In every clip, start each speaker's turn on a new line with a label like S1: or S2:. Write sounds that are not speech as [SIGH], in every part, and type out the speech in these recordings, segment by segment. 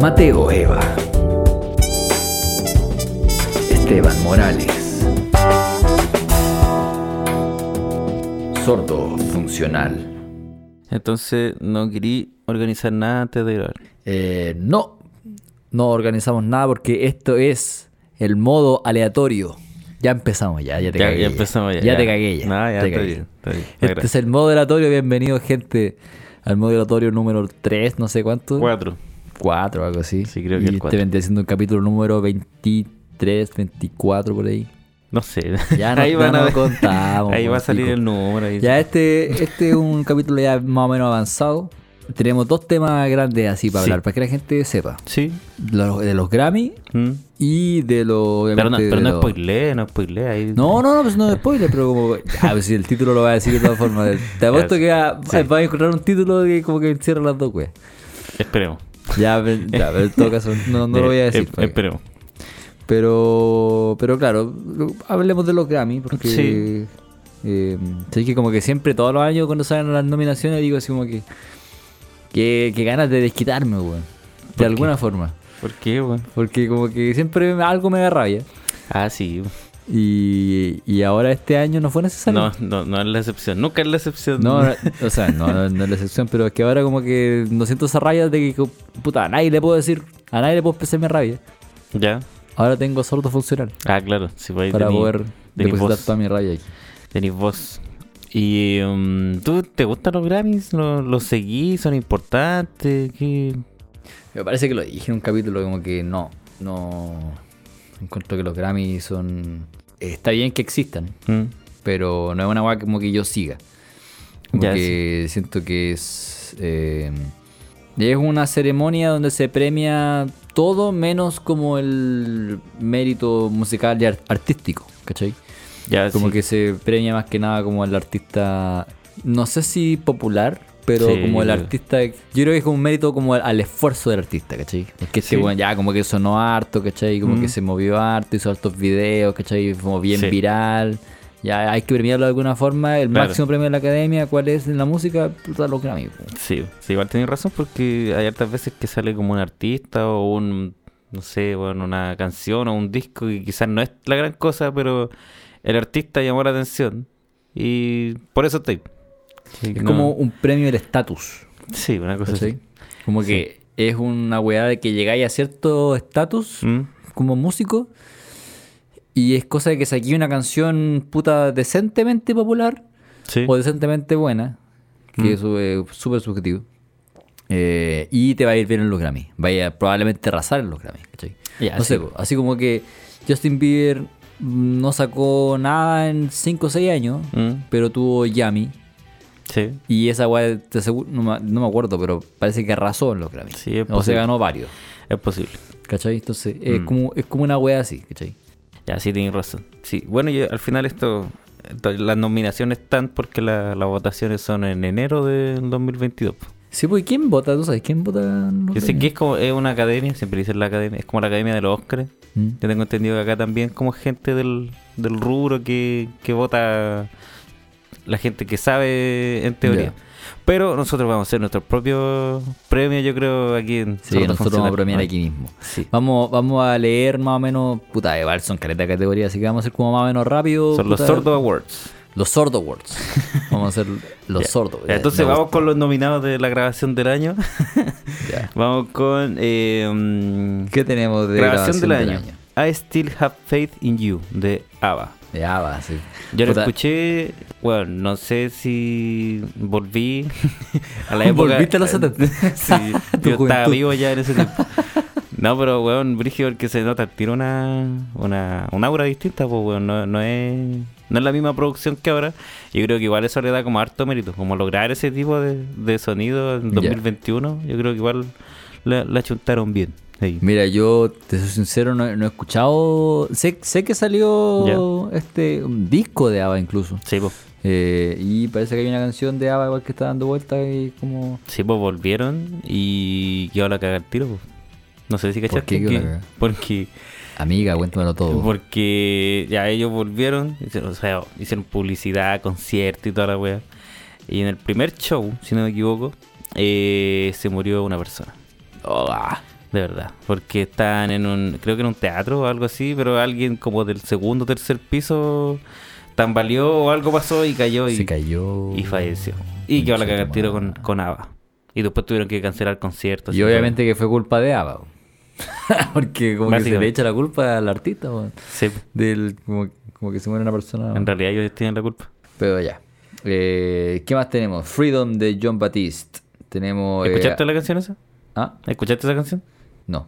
S1: Mateo Eva. Esteban Morales. Sordo funcional.
S2: Entonces no querí organizar nada antes de grabar.
S1: Eh, no, no organizamos nada porque esto es el modo aleatorio. Ya empezamos ya, ya te
S2: Ya,
S1: cagué.
S2: ya empezamos ya.
S1: Ya, te cagué ya.
S2: No, ya
S1: te
S2: está
S1: cagué.
S2: bien, está bien. Me
S1: Este es
S2: agrada.
S1: el modo aleatorio. Bienvenido, gente, al modo aleatorio número 3, no sé cuánto.
S2: Cuatro.
S1: 4 algo así.
S2: Sí, creo que
S1: y
S2: el
S1: este
S2: cuatro.
S1: vendría siendo un capítulo número 23, 24 por ahí.
S2: No sé. [LAUGHS]
S1: Ya no- ya no contamos,
S2: Ahí va a
S1: pues,
S2: salir
S1: pico.
S2: el número. ahí.
S1: Ya este, este es un capítulo ya más o menos avanzado. Tenemos dos temas grandes así para
S2: Sí.
S1: hablar, para que la gente sepa.
S2: Sí.
S1: Lo- de los Grammy
S2: Mm.
S1: y de los...
S2: Pero no,
S1: obviamente,
S2: pero
S1: de
S2: no
S1: los-
S2: spoilé, no spoilé. Ahí...
S1: No, no, no, pues no es spoiler, pero como... A ver si el título lo va a decir de todas formas. Te apuesto que va-
S2: Sí.
S1: va a encontrar un título que como que encierra las dos, weas.
S2: Esperemos.
S1: Ya, pero- ya, pero en todo caso, no, no lo voy a
S2: Eh,
S1: decir. pues.
S2: eh,
S1: para que-
S2: esperemos.
S1: Pero, pero claro, lo- hablemos de los Grammy, porque
S2: Sí.
S1: eh, sé que como que siempre, todos los años cuando salen las nominaciones, digo así como que, que, que ganas de desquitarme, weón. De
S2: qué?
S1: alguna forma.
S2: ¿Por qué, weón?
S1: Porque como que siempre algo me da rabia.
S2: Ah, sí.
S1: Y, y ahora este año no fue necesario.
S2: No, no, no es la excepción. Nunca es la excepción.
S1: No, no, o sea, no, no, no es la excepción, pero es que ahora como que no siento esa rabia de que, puta, a nadie le puedo decir, a nadie le puedo expresar mi rabia.
S2: Ya.
S1: Ahora tengo sordo funcional
S2: Ah, claro. Sí, va a ir
S1: para
S2: de mi-
S1: poder
S2: de mi
S1: depositar
S2: voz.
S1: toda mi rabia aquí.
S2: Tenís vos. ¿Y um, tú te gustan los Grammys? ¿Lo- ¿Los seguís? ¿Son importantes? ¿Qué?
S1: Me parece que lo dije en un capítulo como que no, no encuentro que los Grammy son está bien que existan,
S2: Mm.
S1: pero no es una weá como que yo siga. Como
S2: Ya,
S1: que siento que es eh, es una ceremonia donde se premia todo menos como el mérito musical y ar- artístico, ¿cachai?
S2: Ya,
S1: Como
S2: sí.
S1: que se premia más que nada como el artista, no sé si popular, pero
S2: Sí,
S1: como el
S2: yo creo.
S1: artista, yo creo que es como un mérito como al, al esfuerzo del artista, ¿cachai? Es que este
S2: Sí.
S1: weón ya como que sonó harto, ¿cachai? Como que
S2: Mm.
S1: se movió harto, hizo hartos videos, ¿cachai? Como bien
S2: Sí.
S1: viral. Ya hay que premiarlo de alguna forma. El
S2: Claro.
S1: máximo premio de la academia, ¿cuál es en la música? Puta, los Grammy. po.
S2: Sí, sí, igual tenés razón porque hay hartas veces que sale como un artista o un, no sé, bueno, una canción o un disco que quizás no es la gran cosa, pero el artista llamó la atención y por eso estoy. Sí,
S1: Es
S2: no-
S1: como un premio del estatus.
S2: Sí, una cosa
S1: ¿cachai?
S2: así.
S1: Como que es una weá de que llegáis a cierto estatus.
S2: Mm,
S1: como músico. Y es cosa de que saqué una canción puta decentemente popular
S2: Sí.
S1: o decentemente buena, que
S2: Mm.
S1: eso es súper subjetivo. eh, y te va a ir bien en los Grammy. Vaya a probablemente arrasar en los Grammy. ¿cachai?
S2: Ya,
S1: no sé,
S2: sí.
S1: po, así como que Justin Bieber mm, no sacó nada en 5 o 6 años,
S2: Mm,
S1: pero tuvo Yami.
S2: sí.
S1: Y esa weá, te asegu- no, me- no me acuerdo, pero parece que arrasó en los Grammy.
S2: Sí, es
S1: o se
S2: posible. Mm.
S1: ganó varios.
S2: Es posible.
S1: ¿Cachai? Entonces es, como, es como una weá así, ¿cachai?
S2: Ya, sí, tienes razón. Sí, bueno, y al final esto, esto- las nominaciones están porque la- las votaciones son en enero del 2022. po.
S1: Sí, pues ¿quién vota? ¿Tú sabes quién vota? en los
S2: Yo sé que
S1: premios?
S2: es como es una academia, siempre dicen la academia, es como la academia de los Oscars.
S1: Mm.
S2: Yo tengo entendido que acá también como gente del, del rubro que, que vota la gente que sabe en teoría.
S1: Ya.
S2: Pero nosotros vamos a hacer nuestro propio premio, yo creo, aquí en
S1: Sí, nosotros vamos a
S2: Funcional.
S1: premiar aquí mismo.
S2: Ah. Sí.
S1: Vamos, vamos a leer más o menos. Puta, igual son caleta de categoría, así que vamos a hacer como más o menos rápido.
S2: Son los
S1: puta.
S2: Sordo Awards.
S1: Los sordo
S2: [LAUGHS]
S1: words. vamos a hacer los
S2: Ya.
S1: sordos.
S2: Ya, Entonces vamos con los nominados de la grabación del año.
S1: [LAUGHS] Ya.
S2: [LAUGHS] vamos con eh, mm,
S1: ¿Qué tenemos de
S2: grabación, del, año. I Still Have Faith in You de ABBA.
S1: Ya va, sí.
S2: Yo lo
S1: Puta,
S2: escuché, bueno, no sé si
S1: [LAUGHS]
S2: volví a la época.
S1: Volviste a los 70.
S2: [LAUGHS] Sí,
S1: [LAUGHS] Tu
S2: yo estaba
S1: juventud.
S2: vivo ya en ese tiempo. No, pero weón, Brigio, que se nota, tiene una, una, una aura distinta, pues weón, no, no es. No es la misma producción que ahora. Yo creo que igual eso le da como harto mérito. Como lograr ese tipo de, de sonido en
S1: Ya.
S2: 2021, yo creo que igual la, la chuntaron bien. ahí.
S1: Mira, yo te soy sincero, no, no he escuchado. Sé, sé que salió este un disco de Ava incluso.
S2: Sí, pues.
S1: Eh, y parece que hay una canción de Ava igual que está dando vuelta y como.
S2: Sí, pues volvieron y quedó la caga el tiro. pues. No sé si cachaste.
S1: qué quedó la
S2: que-
S1: caga? Oh.
S2: Porque,
S1: Amiga, cuéntamelo todo.
S2: porque ya ellos volvieron, hicieron, o sea, hicieron publicidad, concierto y toda la wea. Y en
S1: Ah,
S2: el primer show, si no me equivoco, eh, se murió una persona. De verdad, porque están en un, creo que en un teatro o algo así, pero alguien como del segundo o tercer piso tambaleó o algo pasó y cayó y,
S1: Se cayó.
S2: y falleció. Uh, Y quedó la cagar tiro con, con ABBA. Y después tuvieron que cancelar conciertos.
S1: Y obviamente que fue culpa de ABBA. [LAUGHS] Porque como que se le
S2: Básicamente.
S1: echa la culpa al artista, weón.
S2: Sí,
S1: Del, como, como que se muere una persona.
S2: en realidad ellos tienen la culpa.
S1: Pero ya. Eh, ¿Qué más tenemos? Freedom de John Batiste. Tenemos. eh,
S2: ¿Escuchaste la canción esa?
S1: Ah,
S2: ¿Escuchaste esa canción?
S1: no.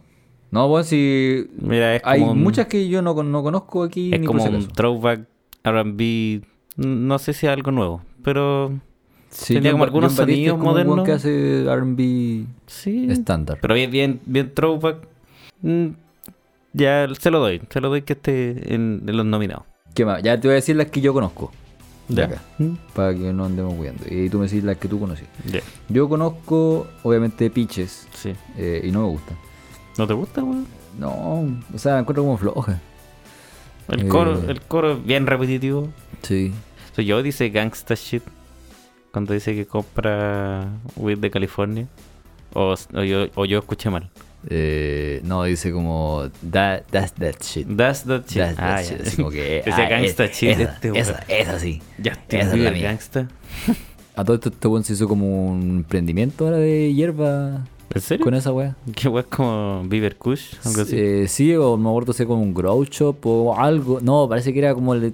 S1: No, bueno, si.
S2: Mira, es como
S1: Hay
S2: un-
S1: muchas que yo no, con- no conozco aquí.
S2: Es
S1: ni por
S2: como
S1: si
S2: un
S1: acaso.
S2: throwback R&B, no sé si es algo nuevo, pero
S1: Sí,
S2: tenía
S1: John
S2: como
S1: Ba-
S2: algunos
S1: John Batiste
S2: sonidos
S1: es como un weón
S2: modernos.
S1: que hace RB
S2: sí.
S1: estándar.
S2: Pero bien, bien, bien throwback. Mm, Ya se lo doy, se lo doy que esté en, en los nominados.
S1: ¿Qué más? Ya te voy a decir las que yo conozco. De
S2: Ya.
S1: acá.
S2: Mm,
S1: Para que no andemos cuidando. Y tú me decís las que tú conoces.
S2: Ya,
S1: Yo conozco, obviamente, Piches.
S2: sí.
S1: eh, y no me gustan.
S2: ¿No te gusta, weón?
S1: No, o sea, la encuentro como floja.
S2: El
S1: Eh.
S2: coro, el coro es bien repetitivo.
S1: Sí.
S2: So, yo dice gangsta shit cuando dice que compra weed de California. O, o yo, o yo escuché mal.
S1: Eh, no, dice como that, that's that shit.
S2: That's that shit.
S1: That's that
S2: Ah,
S1: shit.
S2: ya.
S1: Así como que,
S2: [LAUGHS] Ese
S1: ah,
S2: gangsta
S1: es-
S2: shit
S1: Esa,
S2: este, weón.
S1: esa, esa sí.
S2: Justin
S1: Esa es la
S2: Bieber
S1: mía.
S2: gangsta.
S1: A todo esto, este weón se hizo como un emprendimiento ahora de hierba
S2: ¿En serio?
S1: con esa weá.
S2: [LAUGHS] Que weón como Bieber Kush, algo así.
S1: Eh, sí, o me acuerdo si como un grow shop o algo. No, parece que era como. le-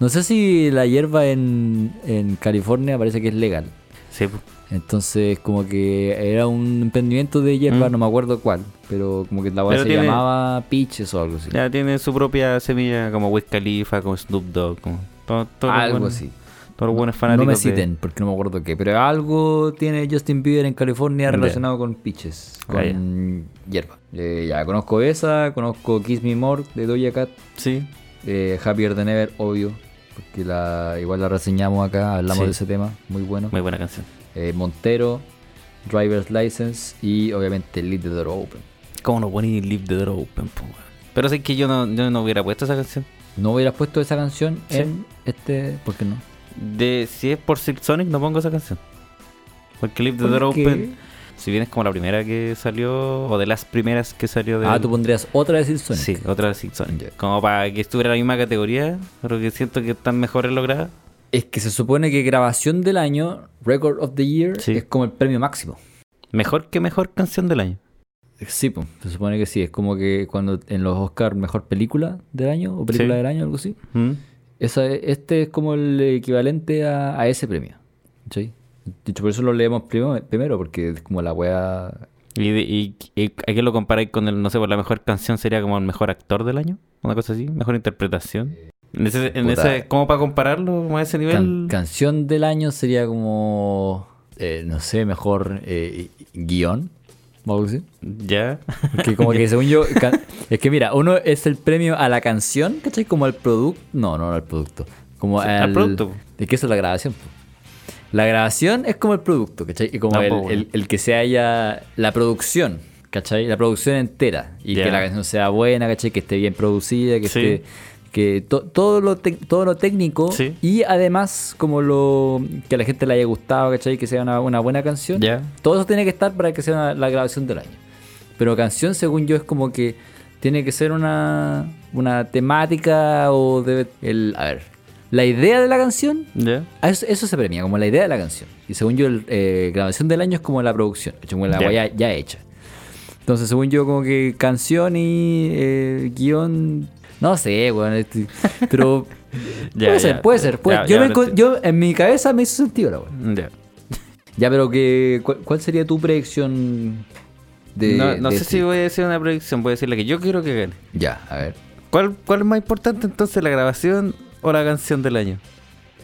S1: No sé si la hierba en, en California parece que es legal.
S2: Sí, pues, po.
S1: Entonces, como que era un emprendimiento de hierba,
S2: Mm.
S1: no me acuerdo cuál, pero como que la weá
S2: Pero
S1: se
S2: tiene-
S1: llamaba Piches o algo así.
S2: Ya tiene su propia semilla como Wiz Khalifa, como Snoop Dogg, como todo, todo
S1: Algo así.
S2: Todos los buenos
S1: No
S2: fanáticos.
S1: me
S2: de-
S1: citen, porque no me acuerdo qué, pero algo tiene Justin Bieber en California
S2: Ya.
S1: relacionado con pitches,
S2: Ah,
S1: con hierba. Eh, ya, conozco esa, conozco Kiss Me More de Doja Cat,
S2: Sí.
S1: eh, Happier Than Ever, obvio, porque la, igual la reseñamos acá, hablamos
S2: Sí.
S1: de ese tema, muy bueno.
S2: Muy buena canción.
S1: Eh, Montero, Driver's License y obviamente Leave the Door Open.
S2: ¿Cómo no ponen Leave the Door Open, po, weón? Pero sé que yo no, yo no hubiera puesto esa canción.
S1: ¿No hubieras puesto esa canción
S2: Sí.
S1: en este? ¿Por qué no?
S2: De, si es por Silk Sonic, no pongo esa canción. Porque Leave the
S1: ¿Por
S2: Door
S1: qué?
S2: Open, pues, si bien es como la primera que salió, o de las primeras que salió de.
S1: Ah, tú pondrías otra de Silk Sonic.
S2: Sí, otra de Silk Sonic.
S1: Ya.
S2: Como para que estuviera en la misma categoría, pero que siento que están mejores logradas.
S1: Es que se supone que grabación del año, Record of the Year,
S2: Sí.
S1: es como el premio máximo.
S2: Mejor que mejor canción del año. Eh,
S1: Sí, po, se supone que sí. Es como que cuando en los Oscar mejor película del año o película
S2: Sí.
S1: del año, algo así.
S2: ¿Mm?
S1: Esa, es- este es como el equivalente a, a ese premio. ¿Sí? De hecho, por eso lo leemos primo- primero, porque es como la wea.
S2: ¿Y, de- y, y a qué lo comparáis con el, no sé, por la mejor canción sería como el mejor actor del año? Una cosa así, mejor interpretación. En ese, en
S1: Puta.
S2: ese- ¿Cómo para compararlo como a ese nivel?
S1: can- canción del año sería como. eh, no sé, mejor eh, guión. o algo así.
S2: ya. [LAUGHS]
S1: Que como que según yo, ca- es que mira, uno es el premio a la canción, ¿cachai? Como al producto. No, no, no al producto. Como
S2: Sí,
S1: al,
S2: al producto.
S1: Es que eso es la grabación. po. La grabación es como el producto, ¿cachai? Y como
S2: No,
S1: el,
S2: Ah, po, bueno.
S1: el- el que se haya la producción, ¿cachai? La producción entera. Y que
S2: Ya.
S1: la canción sea buena, ¿cachai? Que esté bien producida, que
S2: Sí.
S1: esté... Que to- todo, lo tec- todo lo técnico
S2: Sí.
S1: y además como lo que a la gente le haya gustado, ¿cachai? Que sea una, una buena canción.
S2: Ya.
S1: Todo eso tiene que estar para que sea una- la grabación del año. Pero canción, según yo, es como que tiene que ser una, una temática o debe. El, a ver, la idea de la canción,
S2: Ya.
S1: a eso, eso se premia, como la idea de la canción. Y según yo, el, eh, grabación del año es como la producción, hecho, como la
S2: Ya.
S1: guaya ya hecha. Entonces, según yo, como que canción y eh, guión. No sé, weón. este- pero.
S2: Ya,
S1: puede,
S2: [LAUGHS] ya.
S1: ser, puede ser, puede
S2: Ya,
S1: Yo,
S2: ya
S1: lo
S2: lo
S1: encon- yo- en mi cabeza me hizo sentido la weón.
S2: Ya.
S1: Ya, pero que, ¿cuál, cuál sería tu predicción de.?
S2: no no
S1: de
S2: sé si
S1: este?
S2: voy a decir una predicción, voy a decir la que yo quiero que gane.
S1: Ya, a ver.
S2: ¿Cuál, ¿Cuál es más importante entonces, la grabación o la canción del año?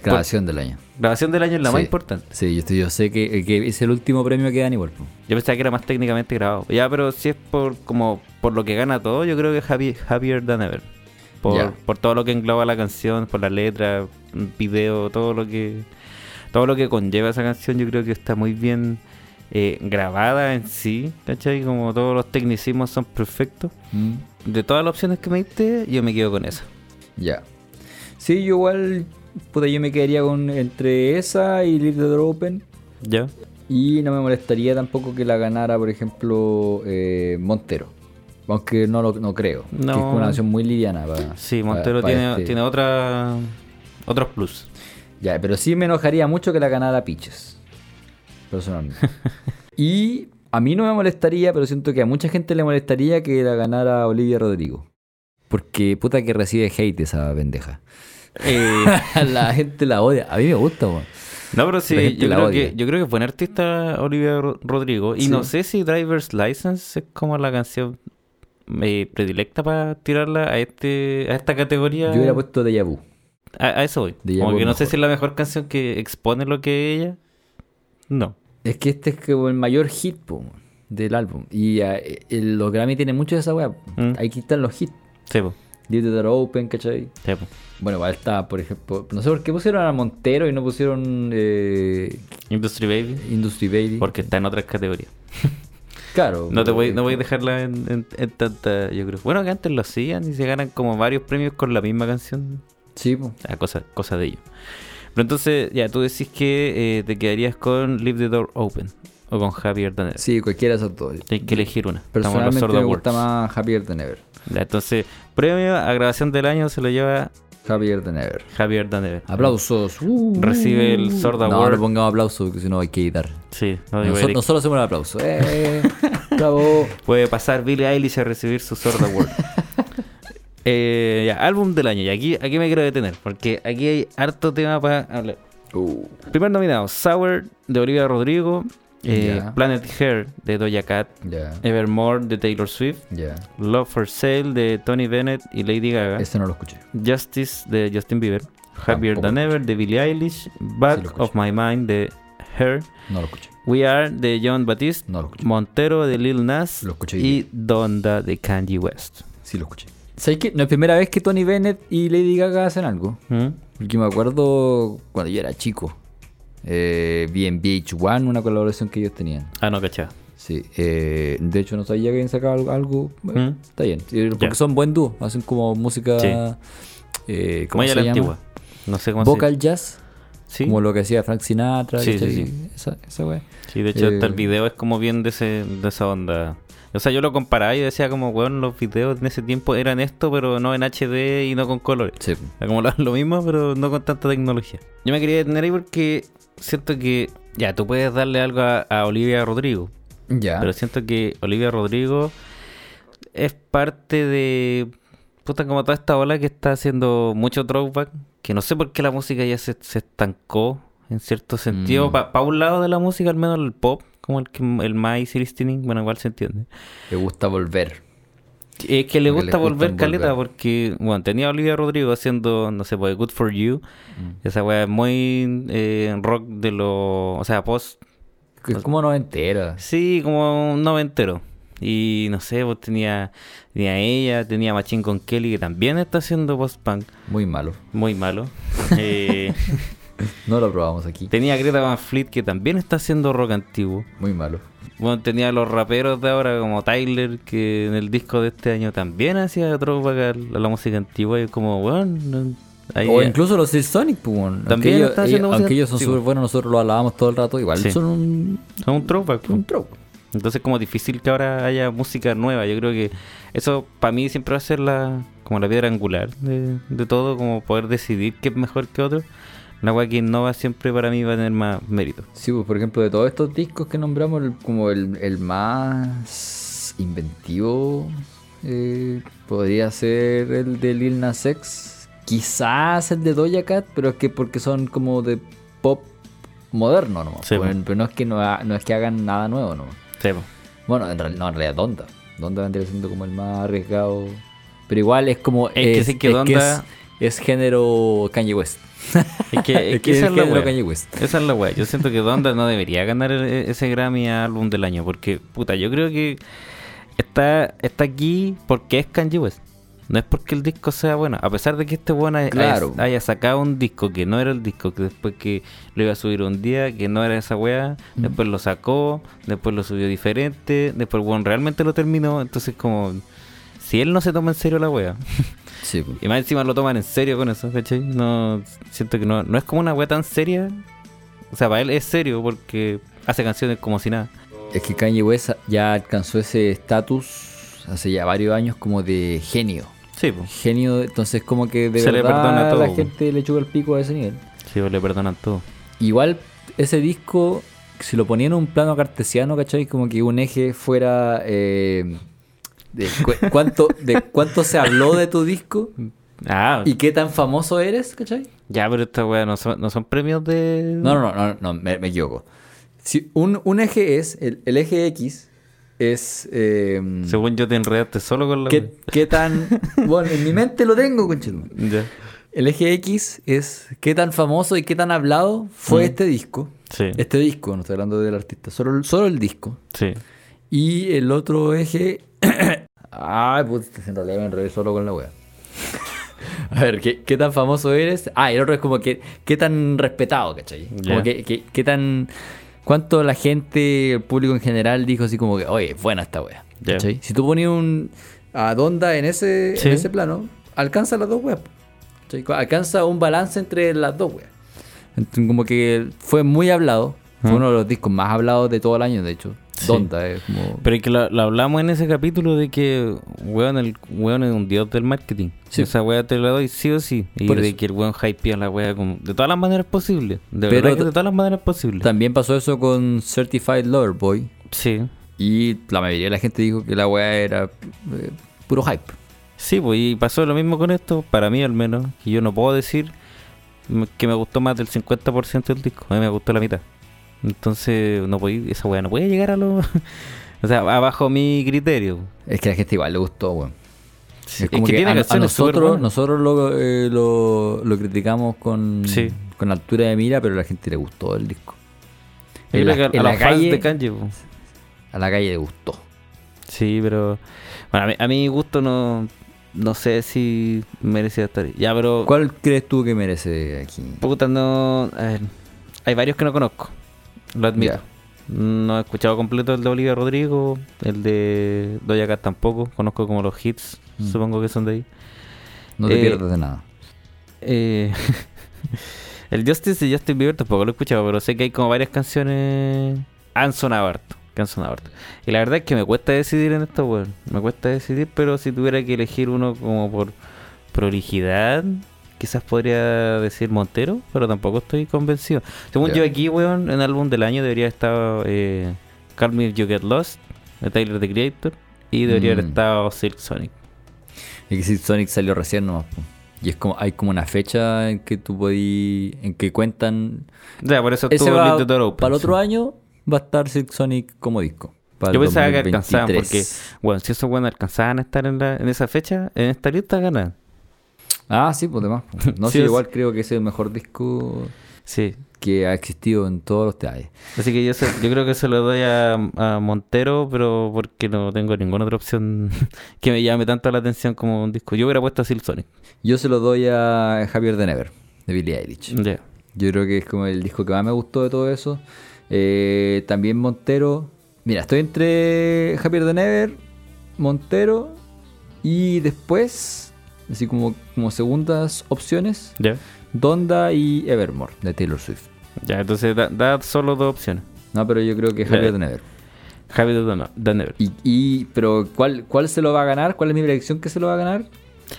S1: Grabación del año.
S2: Grabación del año es la
S1: Sí.
S2: más importante.
S1: Sí, yo, estoy- yo sé que, eh, que es el último premio que dan igual. po.
S2: Yo pensaba que era más técnicamente grabado. Ya, pero si es por como por lo que gana todo, yo creo que es Happy- Happier Than Ever. Por,
S1: Ya.
S2: por todo lo que engloba la canción, por la letra, mm, video, todo lo que todo lo que conlleva esa canción, yo creo que está muy bien eh, grabada en sí, ¿cachai? Como todos los tecnicismos son perfectos.
S1: Mm,
S2: De todas las opciones que me diste, yo me quedo con esa.
S1: Ya. Sí, yo igual. Puta, yo me quedaría con entre esa y Leave the Door Open.
S2: ¿Ya?
S1: Y no me molestaría tampoco que la ganara, por ejemplo, eh, Montero. Aunque no lo no creo. que
S2: No.
S1: es como una canción muy liviana para.
S2: Sí,
S1: para-
S2: Montero
S1: para
S2: tiene,
S1: este-
S2: tiene otra, otros
S1: [LAUGHS]
S2: plus.
S1: Ya, pero sí me enojaría mucho que la ganara Piches. Personalmente. [LAUGHS] y a mí no me molestaría, pero siento que a mucha gente le molestaría que la ganara Olivia Rodrigo. Porque puta que recibe hate esa pendeja. [LAUGHS] la gente la odia. A mí me gusta, weón.
S2: No, pero
S1: La
S2: sí,
S1: gente
S2: yo
S1: la
S2: creo,
S1: odia.
S2: que, yo creo que es buen artista Olivia Ro- Rodrigo. Y
S1: Sí.
S2: no sé si Driver's License es como la canción eh, predilecta para tirarla a este a esta categoría.
S1: Yo hubiera puesto de Vu.
S2: a, a eso voy.
S1: De
S2: Como
S1: Yahoo
S2: que no
S1: mejor.
S2: sé si es la mejor canción que expone lo que ella. No.
S1: Es que este es como el mayor hit po, weón, del álbum. Y eh, el- los Grammy tienen mucho de esa weá.
S2: Mm.
S1: Ahí están los hits.
S2: Sebo,
S1: Did It Are Open, ¿cachai?
S2: sebo.
S1: Bueno, igual está, por ejemplo, no sé por qué pusieron a Montero y no pusieron eh,
S2: Industry Baby.
S1: Industry Baby.
S2: Porque está en otras categorías.
S1: Claro.
S2: No te voy,
S1: porque-
S2: no voy a dejarla en, en- en tanta, yo creo. Bueno, que antes lo hacían y se ganan como varios premios con la misma canción.
S1: Sí, po.
S2: Ah, cosa, cosa de ellos. Pero entonces, ya, tú decís que eh, te quedarías con Leave the Door Open o con Javier Danero.
S1: sí, cualquiera de esas dos.
S2: Tienes que elegir una. Estamos en los
S1: Personalmente
S2: Sordo
S1: me gusta
S2: Awards.
S1: más Happier Than Ever.
S2: Ya, entonces, premio a grabación del año se lo lleva
S1: Happier Than Ever.
S2: Javier Danero.
S1: Aplausos. Uh.
S2: Recibe el Sordo
S1: No,
S2: Award.
S1: no pongamos aplausos porque si no hay que editar.
S2: Sí, no digo
S1: Nosotros,
S2: Eric.
S1: nosotros hacemos el aplauso.
S2: [LAUGHS]
S1: Eh, bravo.
S2: Puede pasar Billie Eilish a recibir su
S1: [LAUGHS]
S2: Sword Award. Eh, ya, álbum del año. Y aquí, aquí me quiero detener, porque aquí hay harto tema para hablar.
S1: Uh,
S2: Primer nominado, Sour de Olivia Rodrigo, eh,
S1: Ya.
S2: Planet Hair de Doja Cat,
S1: ya,
S2: Eh. Evermore de Taylor Swift,
S1: ya.
S2: Love for Sale de Tony Bennett y Lady Gaga,
S1: Este no lo escuché.
S2: Justice de Justin Bieber, Happier
S1: Tampoco.
S2: Than Ever de Billie Eilish, Back
S1: escuché.
S2: of My Mind de Her,
S1: No lo escuché.
S2: We Are de John Batiste,
S1: No lo escuché.
S2: Montero de Lil Nas
S1: Lo escuché hoy
S2: y Donda de Kanye West.
S1: Sí lo escuché. ¿Sabes qué? No es primera vez que Tony Bennett y Lady Gaga hacen algo.
S2: ¿Mm?
S1: Porque me acuerdo cuando yo era chico. Eh, vi en VH1 una colaboración que ellos tenían.
S2: Ah, no, cachá.
S1: Sí, eh, de hecho no sabía que habían sacado algo. algo, eh,
S2: ¿Mm?
S1: Está bien, eh, porque
S2: Ya.
S1: son buen dúo, hacen como música.
S2: Sí.
S1: eh, ¿Cómo
S2: Muy
S1: se
S2: a la
S1: llama?
S2: antigua. No sé cómo
S1: Vocal jazz,
S2: se... ¿Sí?
S1: como lo que hacía Frank Sinatra.
S2: Sí,
S1: ¿cachai?
S2: sí, sí.
S1: Esa, esa wea.
S2: Sí, de hecho, hasta el
S1: Eh,
S2: video es como bien de, ese, de esa onda. O sea, yo lo comparaba y decía como, weón, los videos en ese tiempo eran esto, pero no en HD y no con colores.
S1: Sí.
S2: Era como [LAUGHS] lo, lo mismo, pero no con tanta tecnología. Yo me quería detener ahí porque siento que, ya, tú puedes darle algo a, a Olivia Rodrigo,
S1: Ya.
S2: pero siento que Olivia Rodrigo es parte de, puta, como toda esta ola que está haciendo mucho throwback, que no sé por qué la música ya se, se estancó, en cierto sentido,
S1: Mm.
S2: para un lado de la música, al menos el pop, como el, que, el más easy listening, bueno, igual se entiende.
S1: Me gusta volver.
S2: Es que
S1: Porque le
S2: le gusta
S1: gustan
S2: volver caleta
S1: volver.
S2: porque, bueno, tenía a Olivia Rodrigo haciendo, no sé, pues Good For You. Esa weá es muy eh, rock de los, o sea, post
S1: Que Es como noventera.
S2: Sí, como un noventero. Y no sé, pues tenía, tenía ella, tenía Machín con Kelly, que también está haciendo post-punk.
S1: Muy malo.
S2: Muy malo. Eh,
S1: No lo probamos aquí.
S2: tenía a Greta Van Fleet, que también está haciendo rock antiguo.
S1: Muy malo.
S2: Bueno, tenía a los raperos de ahora, como Tyler, que en el disco de este año también hacía throwback a la- a la música antigua. Y es como, bueno, no- ahí
S1: o
S2: ya-
S1: incluso los Silk Sonic, pues, bueno. Aunque
S2: También
S1: ellos-
S2: está
S1: ellos-
S2: haciendo música
S1: Aunque ellos son
S2: antigua.
S1: súper buenos, nosotros los alabamos todo el rato. Igual
S2: pues. Sí.
S1: son un,
S2: es un throwback. pues.
S1: un tropo.
S2: Entonces como difícil que ahora haya música nueva. Yo creo que eso para mí siempre va a ser la como la piedra angular de, de todo, como poder decidir qué es mejor que otro. La weá que innova siempre para mí va a tener más mérito.
S1: Sí, pues por ejemplo, de todos estos discos que nombramos, el- como el, el más inventivo eh, podría ser el de Lil Nas X. Quizás el de Doja Cat, pero es que porque son como de pop moderno, ¿no?
S2: Sí, pues.
S1: pero,
S2: po.
S1: pero no es que no, ha- no es que hagan nada nuevo, ¿no?
S2: Sí, po.
S1: Bueno, en realidad, no, en realidad Donda. Donda vendría siendo como el más arriesgado. Pero igual es como...
S2: Es que sí que Donda-
S1: es, es género Kanye West.
S2: Es que, es que
S1: [LAUGHS] es
S2: esa es la
S1: género
S2: weá.
S1: Kanye West.
S2: Esa es la weá. Yo siento que Donda no debería ganar e- ese Grammy a álbum del año. Porque, puta, yo creo que está, está aquí porque es Kanye West. No es porque el disco sea bueno. A pesar de que este bueno haya,
S1: Claro.
S2: haya sacado un disco que no era el disco, que después que lo iba a subir un día, que no era esa weá, después lo sacó, después lo subió diferente, después bueno realmente lo terminó. Entonces como si él no se toma en serio la weá,
S1: Sí, pues.
S2: y más encima lo toman en serio con eso, ¿cachai? No, siento que no, no es como una wea tan seria. O sea, para él es serio porque Hace canciones como si nada.
S1: Es que Kanye West ya alcanzó ese estatus hace ya varios años como de genio.
S2: Sí, pues.
S1: Genio, entonces como que de
S2: Se le perdona
S1: verdad
S2: todo,
S1: la
S2: po.
S1: gente le chupa el pico a ese nivel.
S2: Sí, pues, le perdonan todo.
S1: Igual ese disco, si lo ponían en un plano cartesiano, ¿cachai? Como que un eje fuera... eh, de, cu- [LAUGHS] cuánto, de cuánto se habló de tu disco
S2: Ah,
S1: y qué tan famoso eres, ¿cachai?
S2: ya, pero esta weá no son, no son premios de.
S1: No, no, no, no, no, me, me equivoco. Si un, un eje es, el, el eje X es... eh,
S2: Según yo te enredaste solo con la.
S1: ¿Qué, qué
S2: [LAUGHS]
S1: tan... Bueno, en mi mente lo tengo, conchetumare.
S2: weá. Ya.
S1: El eje X es qué tan famoso y qué tan hablado fue
S2: Mm.
S1: este disco.
S2: Sí.
S1: Este disco, no estoy hablando del artista, solo, el- solo el disco.
S2: Sí.
S1: Y el otro eje... [CLEARS THROAT] Ay, puta, en realidad me enredé solo con la wea. [LAUGHS] A ver, ¿qué, qué tan famoso eres? Ah, el otro es como que qué tan respetado, ¿cachai?
S2: Ya.
S1: Como que, que- qué tan... ¿Cuánto la gente, el público en general, dijo así como que, oye, es buena esta wea?
S2: Ya.
S1: ¿cachai? Si tú ponías un, a Donda en ese,
S2: Sí.
S1: en ese plano, alcanza las dos weas. ¿cachai? Alcanza un balance entre las dos weas. Ent- Como que fue muy hablado. Fue
S2: Ah.
S1: uno de los discos más hablados de todo el año, de hecho.
S2: Sí.
S1: Donda, es como...
S2: Pero es que lo, lo hablamos en ese capítulo de que, weón, el weón es un dios del marketing.
S1: Sí.
S2: Esa weá te la doy sí o sí. Y
S1: Por
S2: de
S1: eso.
S2: que el weón hypea la weá como, de todas las maneras posibles. De
S1: Pero
S2: verdad que
S1: ta-
S2: de todas las maneras posibles.
S1: También pasó eso con Certified Lover Boy.
S2: Sí.
S1: Y la mayoría de la gente dijo que la weá era eh, puro hype.
S2: Sí, pues y pasó lo mismo con esto, para mí al menos. Y yo no puedo decir m- que me gustó más del 50% del disco. A mí me gustó la mitad. Entonces, no podí- esa weá no puede llegar a lo. [LAUGHS] o sea, abajo mi criterio.
S1: Es que a la gente igual le gustó, weón.
S2: Sí,
S1: es como que, a, a
S2: canciones súper
S1: nosotros,
S2: buenas.
S1: nosotros lo, eh, lo, lo criticamos con,
S2: Sí.
S1: con altura de mira, pero a la gente le gustó el disco.
S2: Yo
S1: En
S2: creo
S1: la,
S2: que a-
S1: en
S2: a
S1: la
S2: los fans
S1: calle,
S2: de Kanye, pues.
S1: a la calle le gustó.
S2: Sí, pero. Bueno, a mí- a mi gusto no. No sé si merecía estar ahí. Ya, pero.
S1: ¿Cuál crees tú que merece aquí?
S2: Puta, no. A ver. Hay varios que no conozco. Lo admito.
S1: Ya.
S2: No he escuchado completo el de Olivia Rodrigo. El de Doja Cat tampoco. Conozco como los hits.
S1: Mm.
S2: Supongo que son de ahí.
S1: No te
S2: Eh,
S1: pierdas de nada.
S2: Eh, [LAUGHS] el Justice de Justin Bieber tampoco lo he escuchado, pero sé que hay como varias canciones. Han sonado harto, que han sonado harto. Y la verdad es que me cuesta decidir en esto, weón. Me cuesta decidir, pero si tuviera que elegir uno como por prolijidad, quizás podría decir Montero, pero tampoco estoy convencido. Según
S1: Ya.
S2: yo aquí, weón, en álbum del año debería estar eh, Call Me If You Get Lost, de Tyler The Creator, y debería haber
S1: Mm.
S2: estado Silk Sonic.
S1: Es que si Sonic salió recién nomás. po. Y es como, hay como una fecha en que tú podí, en que cuentan.
S2: O sea, por eso
S1: Ese
S2: tuvo
S1: va-
S2: Leave the Door Open,
S1: para el
S2: sí.
S1: otro año va a estar Silk Sonic como disco. Para
S2: Yo
S1: el
S2: pensaba que alcanzaban
S1: 2023.
S2: porque, bueno, si esos buenos alcanzaban a estar en, la- en esa fecha, en esta lista ganan.
S1: Ah, sí, pues demás. po.
S2: [LAUGHS]
S1: No
S2: Sí,
S1: sé,
S2: es-
S1: igual creo que ese es el mejor disco
S2: Sí.
S1: que ha existido en todos los detalles.
S2: Así que yo, se- yo creo que se lo doy a, a Montero, pero porque no tengo ninguna otra opción [LAUGHS] que me llame tanto la atención como un disco. Yo hubiera puesto a Silk Sonic.
S1: Yo se lo doy a Javier de Never, de Billie Eilish.
S2: Ya.
S1: Yo creo que es como el disco que más me gustó de todo eso. Eh, también Montero. Mira, estoy entre Javier de Never, Montero y después, así como, como segundas opciones,
S2: Ya.
S1: Donda y Evermore de Taylor Swift.
S2: Ya, entonces da, da solo dos opciones.
S1: No, pero yo creo que Javier de Never.
S2: Javi de Dono- de Never.
S1: Y, y- pero ¿cuál, ¿cuál se lo va a ganar? ¿Cuál es mi predicción que se lo va a ganar?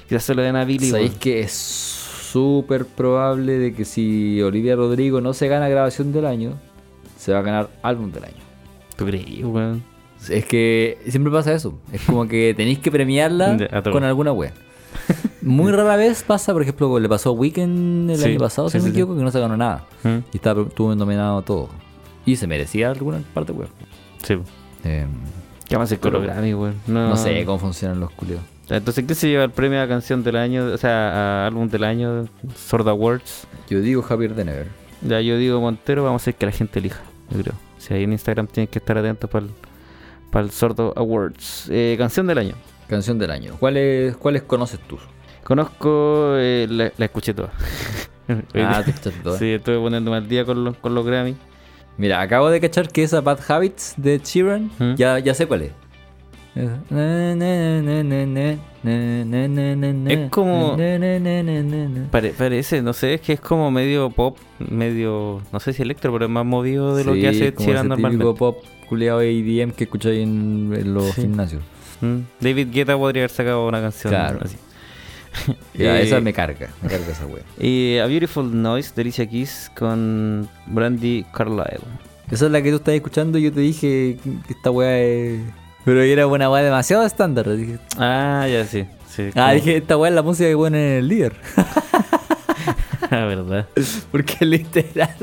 S2: Quizás se lo den a Billy.
S1: Sabéis
S2: weón.
S1: que es súper probable de que si Olivia Rodrigo no se gana grabación del año, se va a ganar álbum del año.
S2: ¿Tú crees, weón?
S1: Es que siempre pasa eso. Es como
S2: [LAUGHS]
S1: que tenéis que premiarla
S2: De- a todo.
S1: con alguna wea. Muy rara vez pasa, por ejemplo, como le pasó a Weekend el
S2: Sí,
S1: año pasado,
S2: sí,
S1: si no
S2: sí,
S1: me
S2: sí.
S1: equivoco, que no se ganó nada.
S2: Mm,
S1: Y estaba, estuvo nominado a todo. Y se merecía alguna parte, weón.
S2: Sí.
S1: Eh,
S2: ¿Qué más el
S1: Pero-
S2: Grammy, weón? No,
S1: no sé cómo funcionan los culios.
S2: Entonces, ¿qué se lleva el premio a canción del año? O sea, a álbum del año, Sorda Awards.
S1: Yo digo Javier de Never.
S2: Ya yo digo Montero, vamos a hacer que la gente elija, yo creo. Si ahí en Instagram tienen que estar atentos para el, para el Sordo Awards. Eh, canción del año.
S1: Canción del año. ¿Cuáles, cuáles conoces tú?
S2: Conozco, eh, la, la escuché [LAUGHS] toda.
S1: Ah, te
S2: [LAUGHS]
S1: escuchaste todas.
S2: Sí, estuve poniéndome al día con los, con los Grammy.
S1: Mira, acabo de cachar que esa Bad Habits de Sheeran,
S2: ¿Mm?
S1: ya, ya sé cuál es. Eso. Na, na, na, na, na, na, na, na, na, na.
S2: Es como-
S1: Na, na, na, na, na, na.
S2: Pare- parece, no sé, es que es como medio pop, medio, no sé si electro, pero es más movido de lo
S1: Sí,
S2: que hace
S1: es
S2: Ed
S1: como
S2: Sheeran
S1: ese típico
S2: normalmente.
S1: pop culeado EDM que escucháis en, en los
S2: Sí.
S1: gimnasios.
S2: Mm. David Guetta podría haber sacado una canción
S1: Claro.
S2: [LAUGHS] así.
S1: Ya,
S2: Eh, [LAUGHS]
S1: esa me carga, me carga esa wea.
S2: Y A Beautiful Noise de Alicia Keys con Brandy Carlisle.
S1: Esa es la que tú estás escuchando y yo te dije que esta wea es... Pero era una wea demasiado estándar. Dije,
S2: Ah, ya sí. sí
S1: ah,
S2: como-
S1: dije, esta wea es la música que pone el líder. [LAUGHS]
S2: [LAUGHS] Ah, verdad.
S1: Porque [LAUGHS] literal,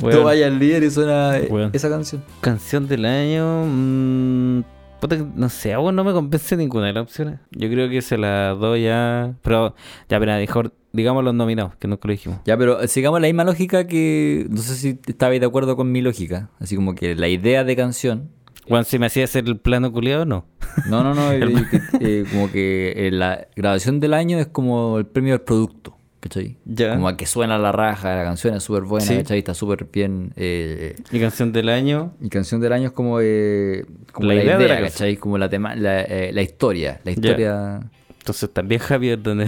S2: Weón.
S1: tú vayas al líder y suena eh,
S2: Weón.
S1: esa canción.
S2: Canción del año. mm, puta que- no sé, aún no me convence ninguna de las opciones. Yo creo que se la doy ya. Pero ya, pero mejor digamos los nominados, que nunca lo dijimos.
S1: Ya, pero eh, sigamos la misma lógica que... No sé si estabais de acuerdo con mi lógica. Así como que la idea de canción...
S2: Bueno, si me hacía hacer el plano culiado, no.
S1: No, no,
S2: [LAUGHS]
S1: no. eh, que, eh, como que eh, la grabación del año es como el premio del producto. ¿Cachai?
S2: Ya.
S1: Como a que suena la raja, la canción es súper buena,
S2: Sí.
S1: ¿cachai? Está súper bien... eh,
S2: Mi canción del año.
S1: Y canción del año es como, eh, como la,
S2: La
S1: idea,
S2: idea de la canción.
S1: ¿cachai? Como la, tema, la, eh, la historia. La historia.
S2: Entonces también Javier, donde.